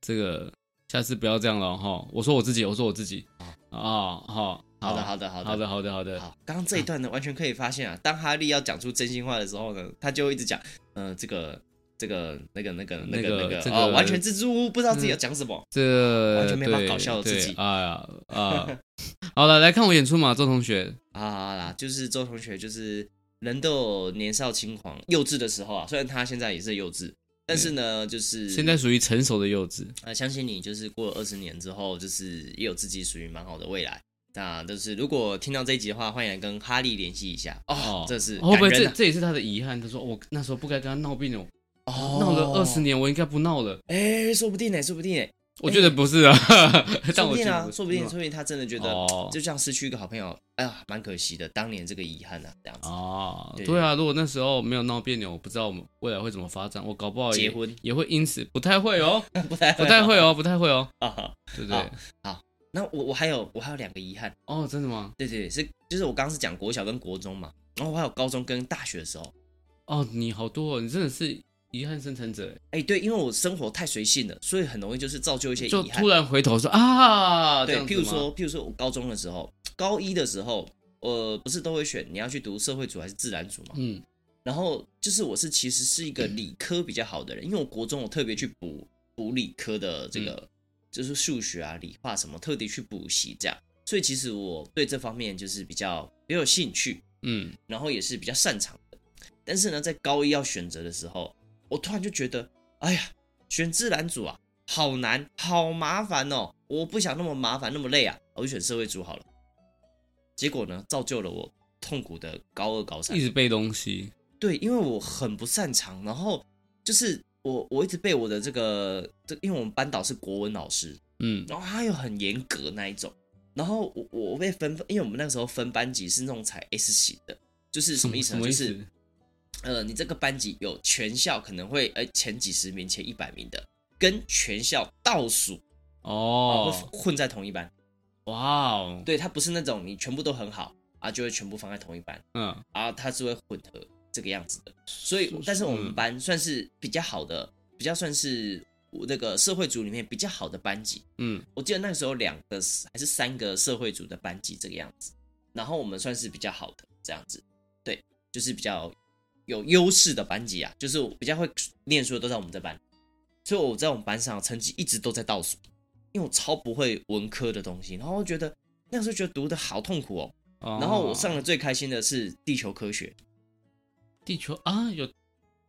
这个，下次不要这样了哈。我说我自己，我说我自己啊，好
好的好哦的
好
好的
好的好的好的，
好，刚刚这一段呢，完全可以发现啊，当哈利要讲出真心话的时候呢，他就会一直讲，嗯，这个。这个、那个、那个、那
那个
个、那
这
个
个嗯
啊，完全蜘蛛不知道自己要讲什么。
这
完全没办法
对
搞笑的自己
对哎呀啊！ (laughs) 好了，来看我演出嘛，周同学。
啊啦，就是周同学，就是人都有年少轻狂、幼稚的时候啊。虽然他现在也是幼稚，但是呢，就是
现在属于成熟的幼稚，
呃，相信你就是过了二十年之后，就是也有自己属于蛮好的未来。那就是如果听到这一集的话，欢迎来跟哈利联系一下哦。这是
会不会
感
这
人啊
这也是他的遗憾？他说我那时候不该跟他闹别扭，
哦
闹了二十，年，我应该不闹了。
哎，说不定呢，说不定呢，
我觉得不是啊， (laughs) 但
说
我
不
觉
定
得
啊，
不是
哎说不定，
嘛
说不定他真的觉得
哦
就这样失去一个好朋友，哎呀，蛮可惜的，当年这个遗憾啊，这样子
哦，
对
对啊，如果那时候没有闹别扭，我不知道我们未来会怎么发展，我搞不好也
结婚
也会因此不太会
(laughs)
哦，
(laughs) 不太
不太
会
会哦，不太会哦，
啊。
对不对
好？那我我还有我还有两个遗憾。
哦，真的吗？
对对对，是就是我刚刚是讲国小跟国中嘛，然后我还有高中跟大学的时候，
哦，你好多，哦，你真的是遗憾生产者，欸
哎，对，因为我生活太随性了，所以很容易就是造就一些
就
遗憾
突。然回头说啊，这
对，
样子
譬如
吗，
说，譬如说我高中的时候，高一的时候，呃，不是都会选你要去读社会组还是自然组嘛？
嗯，
然后就是我是其实是一个理科比较好的人，因为我国中我特别去补补理科的这个、
嗯
就是数学啊、理化什么，特地去补习这样，所以其实我对这方面就是比较比较有兴趣。
嗯，
然后也是比较擅长的。但是呢，在高一要选择的时候，我突然就觉得，哎呀，选自然组啊，好难，好麻烦哦，我不想那么麻烦，那么累啊，我就选社会组好了。结果呢，造就了我痛苦的高二、高三
一。直背东西，
对，因为我很不擅长，然后就是我我一直被我的这个这，因为我们班导是国文老师，
嗯，
然后他又很严格那一种。然后我我我被分，因为我们那时候分班级是那种采 S 型的，就是什么意思
什
呢？
么意
就是
思？
呃，你这个班级有全校可能会呃前几十名、前一百名的，跟全校倒数哦
哦，
会混在同一班。
哇哦，
对，它不是那种你全部都很好啊，就会全部放在同一班
嗯，
啊，它是会混合这个样子的。所以，但是我们
嗯
班算是比较好的，比较算是我那个社会组里面比较好的班级。
嗯，
我记得那个时候两个还是三个社会组的班级这个样子，然后我们算是比较好的这样子，对，就是比较有优势的班级啊，就是我比较会念书的都在我们这班，所以我在我们班上成绩一直都在倒数，因为我超不会文科的东西，然后我觉得那个时候觉得读的好痛苦哦，
哦
然后我上的最开心的是地球科学，
地球啊，有，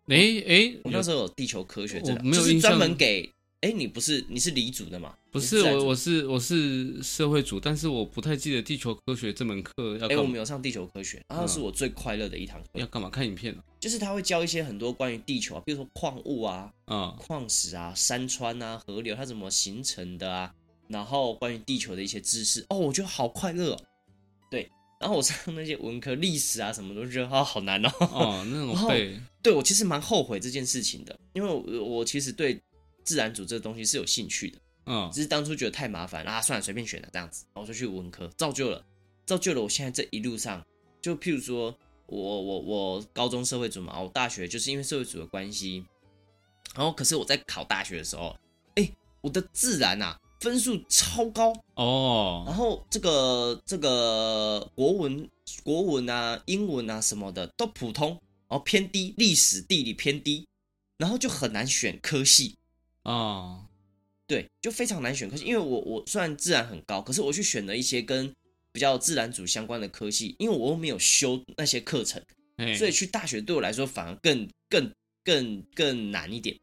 诶诶，
我那时候有地球科学这
我
个，
没有
就是
印象
专门给，哎，你不是你是理组的嘛？
不
你
是
自然组
我，我是我是社会组，但是我不太记得地球科学这门课要
哎，
干
我
嘛嗯
啊们有上地球科学，然后是我最快乐的一堂课
要。干嘛看影片了。
就是他会教一些很多关于地球啊，比如说矿物啊、 (laughs)
啊、
矿石啊、山川啊、河流它怎么形成的啊，然后关于地球的一些知识哦，我觉得好快乐哦。对，然后我上那些文科历史啊什么的，我就觉得啊好难哦。
哦，那种背，
(laughs) 对我其实蛮后悔这件事情的，因为我我其实对自然组这个东西是有兴趣的，
嗯
只是当初觉得太麻烦啊，算了随便选了这样子，然后我就去文科，造就了造就了我现在这一路上，就譬如说我我我高中社会组嘛，我大学就是因为社会组的关系，然后可是我在考大学的时候，哎，我的自然啊分数超高，然
哦，
后这个这个国文、国文啊、英文啊什么的都普通，然后偏低，历史、地理偏低，然后就很难选科系，
哦，
对，就非常难选科系。因为我我虽然自然很高，可是我去选了一些跟比较自然组相关的科系，因为我又没有修那些课程，
哎，
所以去大学对我来说反而更更更更难一点，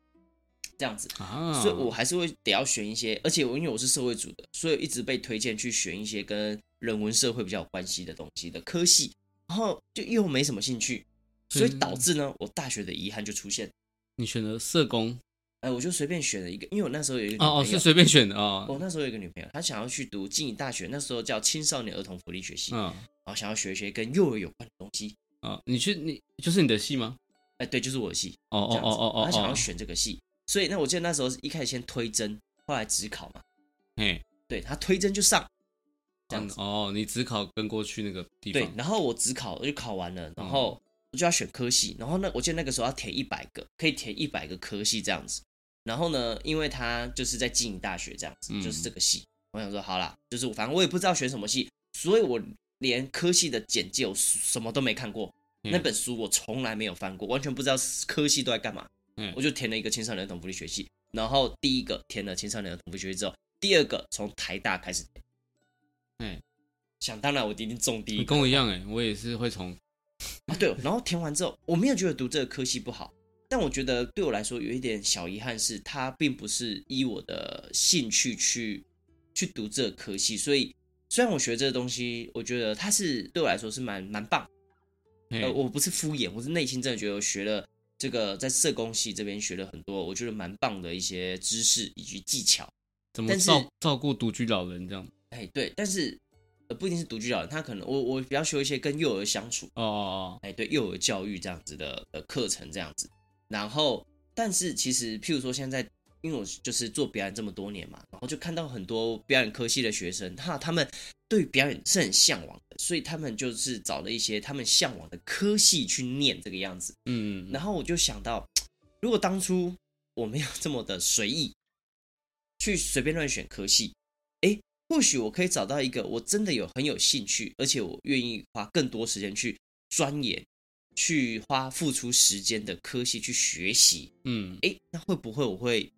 这样子。
啊，
所以我还是会得要选一些，而且我因为我是社会组的，所以一直被推荐去选一些跟人文社会比较有关系的东西的科系，然后就又没什么兴趣，所以
嗯
导致呢，我大学的遗憾就出现，
你选择社工，
哎，我就随便选了一个，因为我那时候有一个女
哦哦，
朋
是
友，
随便选的哦，
我那时候有一个女朋友，她想要去读静宜大学，那时候叫青少年儿童福利学系，然
嗯
后想要学一些跟幼儿有关的东西，
啊，你去你就是你的戏吗？
哎，对，就是我的系，
哦
这
哦
样子
哦哦
她想要
哦，
选这个系，所以那我记得那时候是一开始先推甄，后来只考嘛，
嘿，
对她推甄就上，这样子。
哦，你只考跟过去那个地
对，
方，嗯
然后我只考，我就考完了，然后我就要选科系，然后那我记得那个时候要填一百个，可以填一百个科系这样子。然后呢，因为他就是在经营大学这样子，
嗯
就是这个系。我想说，好啦，就是我反正我也不知道选什么系，所以我连科系的简介我什么都没看过，
嗯
那本书我从来没有翻过，完全不知道科系都在干嘛。
嗯
我就填了一个青少年儿童福利学系，然后第一个填了青少年儿童福利学系之后，第二个从台大开始填。
嗯
想当然，我一定中第一
你
个。
跟我一样哎，我也是会从
啊，对，然后填完之后，我没有觉得读这个科系不好，但我觉得对我来说有一点小遗憾是，它并不是依我的兴趣去去读这个科系，所以虽然我学这个东西，我觉得它是对我来说是蛮蛮棒，
嘿嗯
呃，我不是敷衍，我是内心真的觉得我学了这个在社工系这边学了很多，我觉得蛮棒的一些知识以及技巧。
怎么
但是
照照顾独居老人这样，
哎，对，但是呃不一定是独居老人，他可能我我比较修一些跟幼儿相处。
哦哦
哎，对幼儿教育这样子的呃课程这样子。然后，但是其实譬如说现在，因为我就是做表演这么多年嘛，然后就看到很多表演科系的学生，他他们对表演是很向往的，所以他们就是找了一些他们向往的科系去念这个样子。
嗯，
然后我就想到，如果当初我没有这么的随意，去随便乱选科系，诶，或许我可以找到一个我真的有很有兴趣，而且我愿意花更多时间去钻研，去花付出时间的科系去学习。
嗯
诶，那会不会我会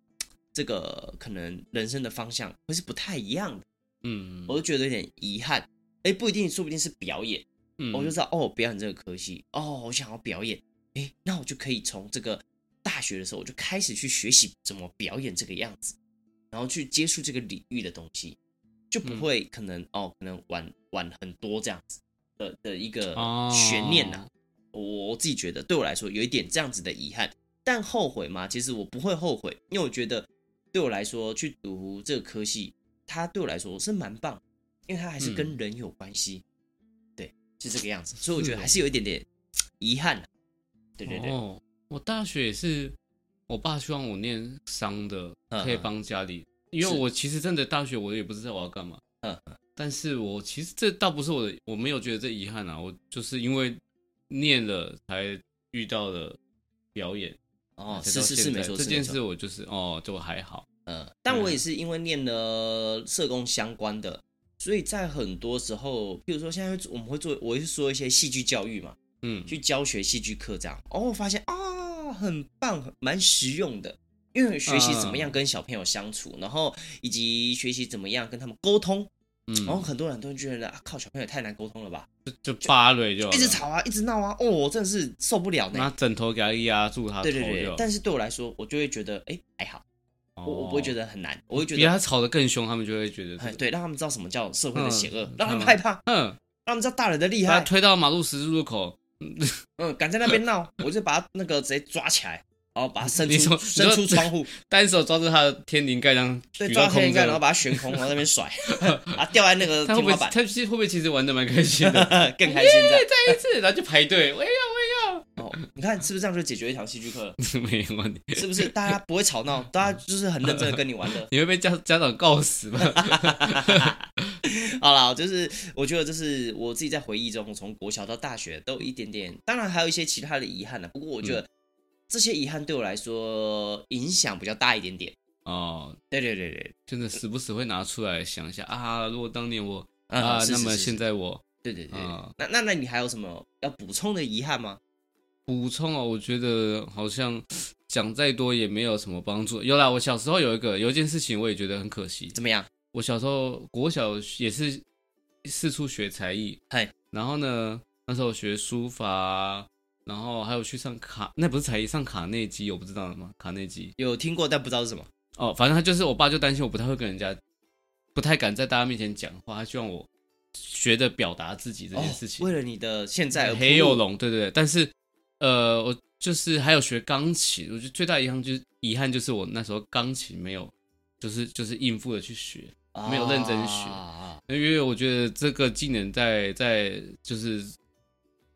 这个可能人生的方向会是不太一样的？
嗯，
我就觉得有点遗憾。诶，不一定，说不定是表演。
嗯
我就知道哦，表演这个科系，哦，我想要表演，诶，那我就可以从这个大学的时候我就开始去学习怎么表演这个样子，然后去接触这个领域的东西，就
嗯
不会可能、哦，可能晚晚很多这样子的的一个
哦
悬念呐、我我自己觉得对我来说有一点这样子的遗憾，但后悔吗？其实我不会后悔，因为我觉得对我来说去读这个科系，它对我来说是蛮棒，因为它还是
嗯
跟人有关系，对，是这个样子，所以我觉得还是有一点点遗憾、啊对对对，
哦，我大学也是，我爸希望我念商的，
嗯
可以帮家里，因为我其实真的大学我也不知道我要干嘛。
嗯，
但是我其实这倒不是我的，我没有觉得这遗憾啊，我就是因为念了才遇到了表演。
哦，
才
是
到
是是
现
没
在
错，
这
是
件
没错
事我就是哦，就还好。
嗯，但我也是因为念了社工相关的，所以在很多时候，譬如说现在会做我们会做，我会说一些戏剧教育嘛，
嗯，
去教学戏剧课这样，哦，我发现啊，很棒，很蛮实用的，因为学习
嗯
怎么样跟小朋友相处，然后以及学习怎么样跟他们沟通，
嗯，
然后很多人都觉得啊，靠，小朋友也太难沟通了吧，
就芭蕾就好
一直
了，
吵啊，一直闹啊，哦，我真的是受不了
拿
呢。
枕头给他压住他头
对
就
对
好，
对，但是对我来说，我就会觉得，哎，还好，我我不会觉
得，
得很难，我会觉
哦比
得
他吵得更凶，他们就会觉得这
哎，
个，
对，让他们知道什么叫社会的
嗯
险恶
嗯，
让他们害怕，让
嗯，
他们知道大人的厉
把
害
他。推到马路十字路口，
嗯，敢在那边闹，我就把他那个直接抓起来，然后把他伸
你说
出
你
伸
说
出窗户，
单手抓住他的天灵盖，这样
对，
举
抓
到
天
空
灵盖，然后
中。
把它悬空，然后在那边
(laughs)
甩，啊，掉在那个
他会
天
不会 (laughs)
花板， (laughs)
他其实会不会其实玩的蛮开心的？
更开心这样。
再一次，然后就排队，我也
哦，你看是不是这样就解决一堂戏剧课了？
要， (laughs) 没有问题。
是不是大家不会吵闹，大家就是很认真的跟你玩的？
你会被家家长告死吧？
(laughs) 好啦，就是我觉得这是我自己在回忆中，从国小到大学都有一点点，当然还有一些其他的遗憾呢。不过我觉
嗯
得这些遗憾对我来说影响比较大一点点。
哦，
对对对对，
真的时不时会拿出来想一下啊，如果当年我
嗯
啊，
是
那
是
么
是是
现在我
对对对，
啊
那那那你还有什么要补充的遗憾吗？
补充哦，我觉得好像讲再多也没有什么帮助。有啦，我小时候有一个有一件事情，我也觉得很可惜。
怎么样？
我小时候国小也是四处学才艺，
嗨，
然后呢，那时候学书法，然后还有去上卡，那不是才艺，上卡内基，我不知道吗？卡内基
有听过但不知道是什么？
哦，反正他就是我爸就担心我不太会跟人家，不太敢在大家面前讲话，他希望我学着表达自己这件事情。
哦、为了你的现在而铺路
黑幼龙，对对对，但是呃，我就是还有学钢琴，我觉得最大遗憾就是遗憾就是我那时候钢琴没有，就是就是应付的去学，没有认真学
啊
因为我觉得这个技能在在就是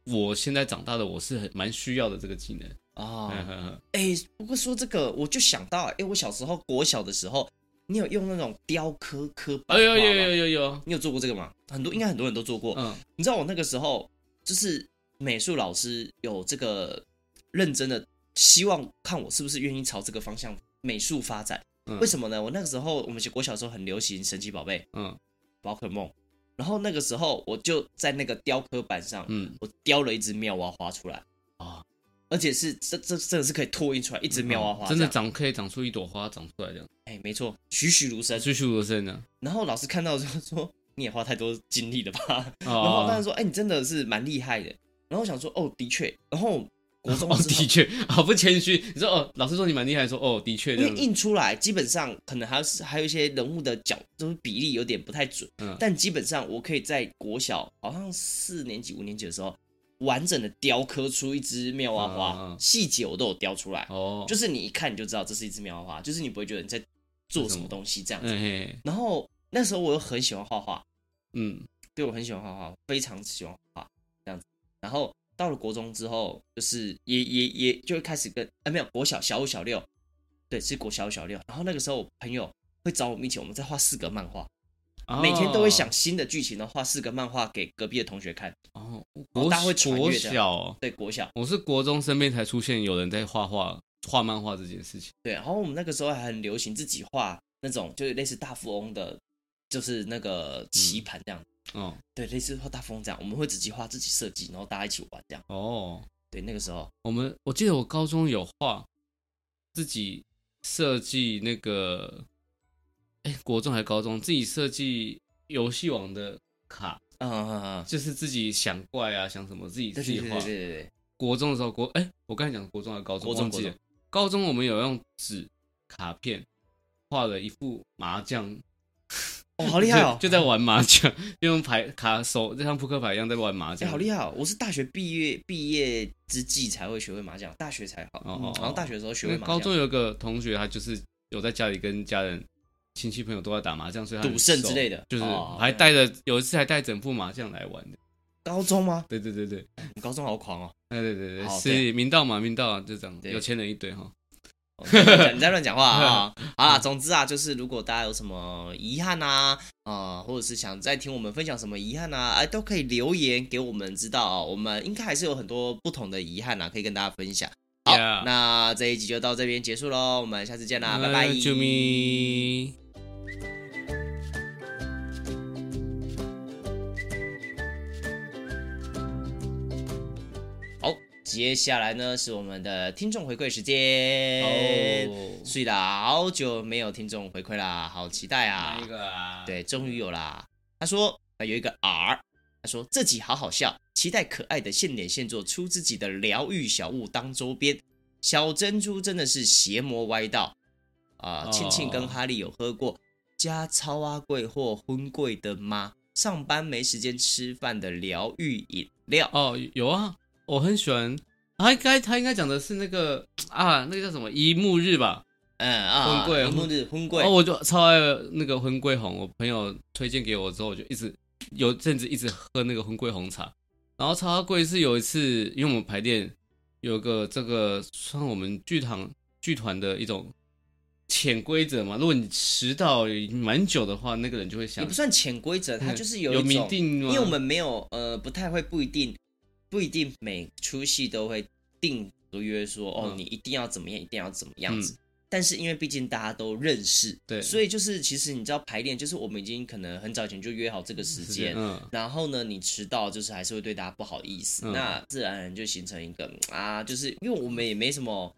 我现在长大的我是很蛮需要的这个技能，
啊！
嗯哼哼
哎、不过说这个，我就想到，哎、我小时候国小的时候，你有用那种雕刻刻
(laughs)
板
哎呦
画
呦
吗
呦呦呦，
你有做过这个吗？很多应该很多人都做过。
嗯
你知道我那个时候就是美术老师有这个认真的希望看我是不是愿意朝这个方向美术发展。
嗯
为什么呢？我那个时候我们国小的时候很流行神奇宝贝、
嗯
宝可梦，然后那个时候我就在那个雕刻板上，
嗯，
我雕了一只妙蛙花出来
啊，嗯
而且是这这真的是可以拓印出来一只妙蛙啊花，
真的
这样
长可以长出一朵花长出来这样，
哎、没错，栩栩如生。
栩栩如生呢。
然后老师看到之后说：“你也花太多精力了吧？”然后当然
哦
说，哎、你真的是蛮厉害的。然后我想说，哦，的确。然后国中
哦，
之后
的，确，好不谦虚。你说哦，老师说你蛮厉害，说哦，的确这
因为
样子。
印出来基本上可能还是还有一些人物的角就是比例有点不太准，
嗯
但基本上我可以在国小好像四年级五年级的时候，完整的雕刻出一只妙蛙
嗯嗯
花，
嗯
细节我都有雕出来，
哦，
就是你一看你就知道这是一只妙蛙花，就是你不会觉得你在做
是
什
什么
么东西这样子。
嗯嘿嘿
然后那时候我又很喜欢画画，
嗯。
对我很喜欢画画，非常喜欢画画这样子。然后到了国中之后，就是也也也就会开始跟啊没有国小小五小六，对是国小五小六。然后那个时候我朋友会找我们一起，我们在画四格漫画，
哦
每天都会想新的剧情，然后画四格漫画给隔壁的同学看。
哦，哦
然后
国
大家会传
国
阅这样
小哦，
对国小
我是国中身边才出现有人在画画、画漫画这件事情。
对，然后我们那个时候还很流行自己画那种就是类似大富翁的，就是那个棋盘这样。
哦
对，类似画大富翁这样，我们会自己画、自己设计，然后大家一起玩这样。
哦，
对，那个时候，
我们我记得我高中有画自己设计那个，哎，国中还高中自己设计游戏王的卡，
嗯嗯嗯嗯，
就是自己想怪啊，想什么自己自
对对
己
对
画
对。对对。
国中的时候，国哎，我刚才讲国中还是高中，
国中
忘记了
国。
高中我们有用纸卡片画了一副麻将
哦，好厉害哦！
就就在玩麻将， (laughs) 就用牌卡手，就像扑克牌一样在玩麻
哎、
将。
好厉害哦！我是大学毕业毕业之际才会学会麻将，大学才好，
哦
嗯
哦
好像大学的时候学
因
会
为
麻将。
高中有个同学，他就是有在家里跟家人、亲戚朋友都在打麻将，所以他很
赌圣
熟
之类的
就是
哦
还带着有一次还带整副麻将来玩的。
高中吗？
对对对对，
你高中好狂
(laughs)
哦！
哎对对对，
好
是明道嘛，明道啊就这样，
对
有钱人一堆哈。
哦你在讲你在乱讲话
(laughs)
啊！好啦，总之啊，就是如果大家有什么遗憾啊，啊、或者是想再听我们分享什么遗憾啊，哎、都可以留言给我们知道啊、我们应该还是有很多不同的遗憾啊，可以跟大家分享。好
Yeah
那这一集就到这边结束喽，我们下次见啦，拜
哎
拜，
救命！
好，接下来呢是我们的听众回馈时间。
哦
所以啦，好久没有听众回馈啦，好期待啊
哪一！个啊？
对，终于有啦。他说啊，有一个 R，他说这集好好笑，期待可爱的现点现做出自己的疗愈小物当周边。小珍珠真的是邪魔歪道啊！
哦
庆庆跟哈利有喝过加超阿贵或荤贵的吗？上班没时间吃饭的疗愈饮料。
哦，有啊，我很喜欢，他应该他应该讲的是那个啊，那个叫什么一幕日吧？
嗯啊，
婚柜
荧幕日婚柜，
哦，我就超爱那个婚桂红，我朋友推荐给我之后，我就一直有阵子一直喝那个婚桂红茶。然后超贵是有一次，因为我们排练有个这个算我们剧团剧团的一种潜规则嘛，如果你迟到蛮久的话，那个人就会想嗯
也不算潜规则，它就是
有
一种
明定吗
因为我们没有呃，不太会不一定不一定每出戏都会定合约说哦，
嗯
你一定要怎么样，一定要怎么样子。但是因为毕竟大家都认识，
对
所以就是其实你知道排练，就是我们已经可能很早以前就约好这个时
时间
间，
嗯， (laughs)
然后呢，你迟到就是还是会对大家不好意思，
嗯
那自然而然就形成一个嗯啊，就是因为我们也没什么，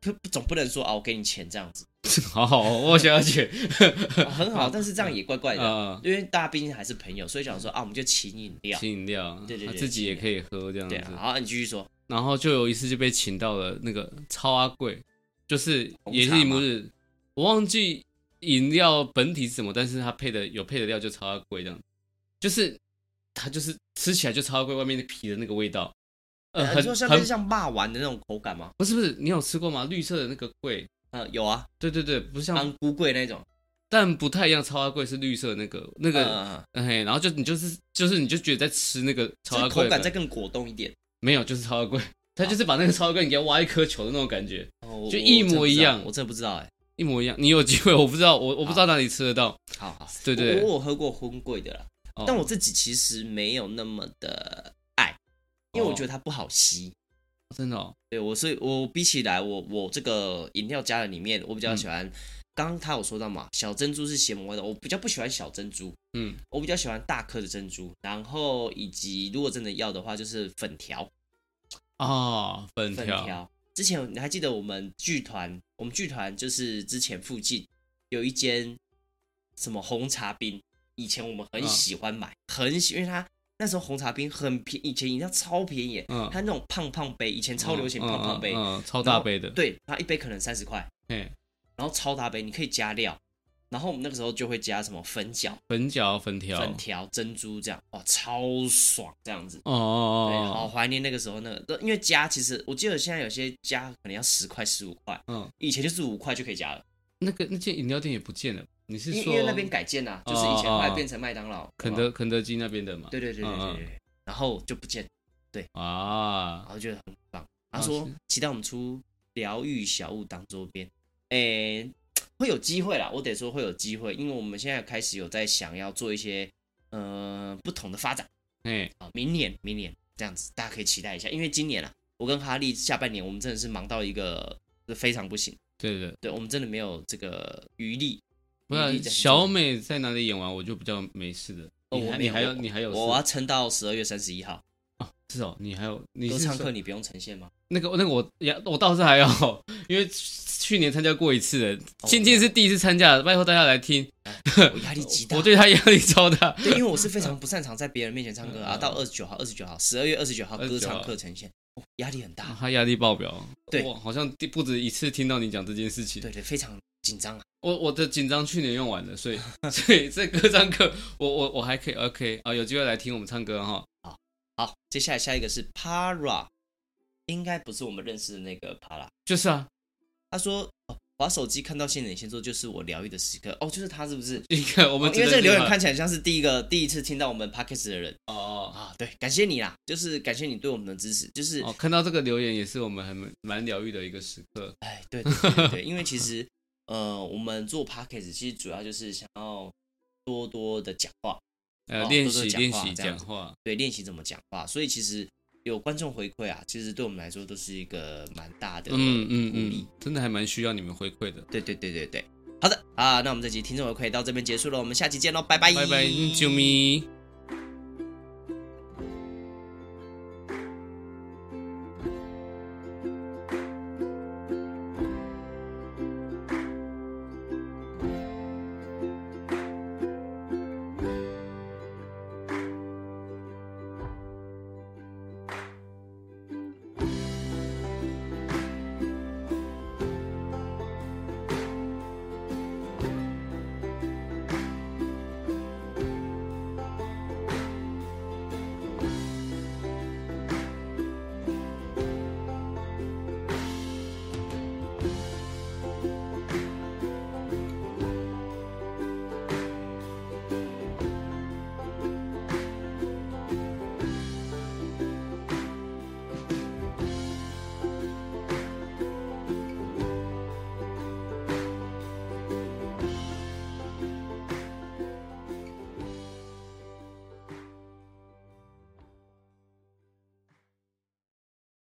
不不总不能说啊，我给你钱这样子、
好好，我想要去，
啊
(laughs)
很好，但是这样也怪怪的，
啊
因为大家毕竟还是朋友，所以想说啊，我们就请饮料，
嗯请饮料，
对对对
他自己也可以喝这样子
对，。啊，好，你继续说，
然后就有一次就被请到了那个超阿贵，就是也是一幕日，我忘记饮料本体是什么，但是它配的有配的料就超阿贵这样，就是它就是吃起来就超阿贵外面的皮的那个味道，呃，
呃，
很
你说像
很
是像霸丸的那种口感吗？
不是不是，你有吃过吗？绿色的那个贵，
呃，有啊，
对对对，不像，
安菇贵那种，
但不太一样，超阿贵是绿色的那个那
嗯
个，
嗯嗯
嗯嘿，然后就你就是就是你就觉得在吃那个超
就
阿
是
贵
口
的
感再更果冻一点，
没有，就是超阿贵，他就是把那个超阿贵你给它挖一颗球的那种感觉。
哦我
就一模一样
我真的不知道我真的欸
一模一样。你有机会，我 (laughs) 不知道，我我不知道哪里吃得到。
不知道哎，好好，
对对
我我有喝过荤贵的啦，
哦
但我自己其实没有那么的爱，因为我
哦
觉得它不好吸。
真的哦，
对我，所以我比起来，我我这个饮料加的里面，我
嗯
比较喜欢。刚刚他有说到嘛，小珍珠是邪魔味的，我比较不喜欢小珍珠，
嗯，
我比较喜欢大颗的珍珠，然后以及如果真的要的话，就是粉条，
哦，粉
粉
条，
条。之前你还记得我们剧团，我们剧团就是之前附近有一间什么红茶冰，以前我们很
嗯
喜欢买，很喜，因为它那时候红茶冰很便宜，以前饮料超便宜，
嗯
它那种胖胖杯，以前超流行
嗯
胖胖杯，
嗯，嗯超大杯的，
对，它一杯可能三十块，
嘿，
然后超大杯，你可以加料，然后我们那个时候就会加什么粉饺、
粉饺、粉条，
粉条、珍珠这样，哇，超爽这样子。
哦
对，
哦
好怀念那个时候那个，因为加其实我记得现在有些加可能要十块十五块，
哦，嗯，
以前就是五块就可以加了，
那个那间饮料店也不见了，你是
因为因
说
为那边改建啦、啊，
哦
就是以前后来变成麦当劳、
肯
有没有
德肯德基那边的嘛？
对对对对对
嗯
对，然后就不见了，
啊
然，后觉得很棒。他
啊
说
是
期待我们出疗愈小物当周边，诶、会有机会啦，我得说会有机会，因为我们现在开始有在想要做一些呃不同的发展
嘿，
啊，明年明年这样子大家可以期待一下，因为今年啊，我跟哈利下半年我们真的是忙到一个非常不行，
对的，
对我们真的没有这个余力。
不
余力
然
再去
小
做
美在哪里演完，我就比较没事的。
哦
你
我
还
没
你
有
还有
我
你还有事
我啊要撑到十二月三十一号，
哦是哦，你还有你
歌
是
唱
说
课你不用呈
(laughs)
现吗？
那个那个我呀，我倒是还好，因为去年参加过一次的，今天是第一次参加，拜托大家来听。
我压力极大，
我对他压力超大。
对，因为我是非常不擅长在别人面前唱歌
嗯
啊。
嗯
到二十九号，二十九号，十二月二十九号
29
歌唱课呈现，哦压力很大，
他压力爆表，
对
我好像第不止一次听到你讲这件事情。
对对，非常紧张啊。
我我的紧张去年用完了，所以所以这歌唱课，我我我还可以 OK 啊，有机会来听我们唱歌哈。
好，接下来下一个是 Para，应该不是我们认识的那个 Para。
就是啊，
他说，哦，滑手机看到现眼先说就是我疗愈的时刻。哦，就是他是不是？
你看我
哦
们
因为
只能
这个留言
听
看起来像是第一个第一次听到我们 podcast 的人
哦哦
啊，对，感谢你啦，就是感谢你对我们的支持，就是
哦，看到这个留言也是我们很蛮疗愈的一个时刻。
哎，对对对对对，因为其实呃，我们做 p a c k a g e 其实主要就是想要多多的讲话，
呃，
哦
练
多
习
多讲
练
话
习
这样
讲
子
话，
对，练习怎么讲话。所以其实有观众回馈啊，其实对我们来说都是一个蛮大的
嗯嗯
鼓励
嗯，真的还蛮需要你们回馈的。
对对对
嗯
对对，好的啊，那我们这集听众回馈到这边结束了，我们下期见喽，拜
拜拜，啾咪。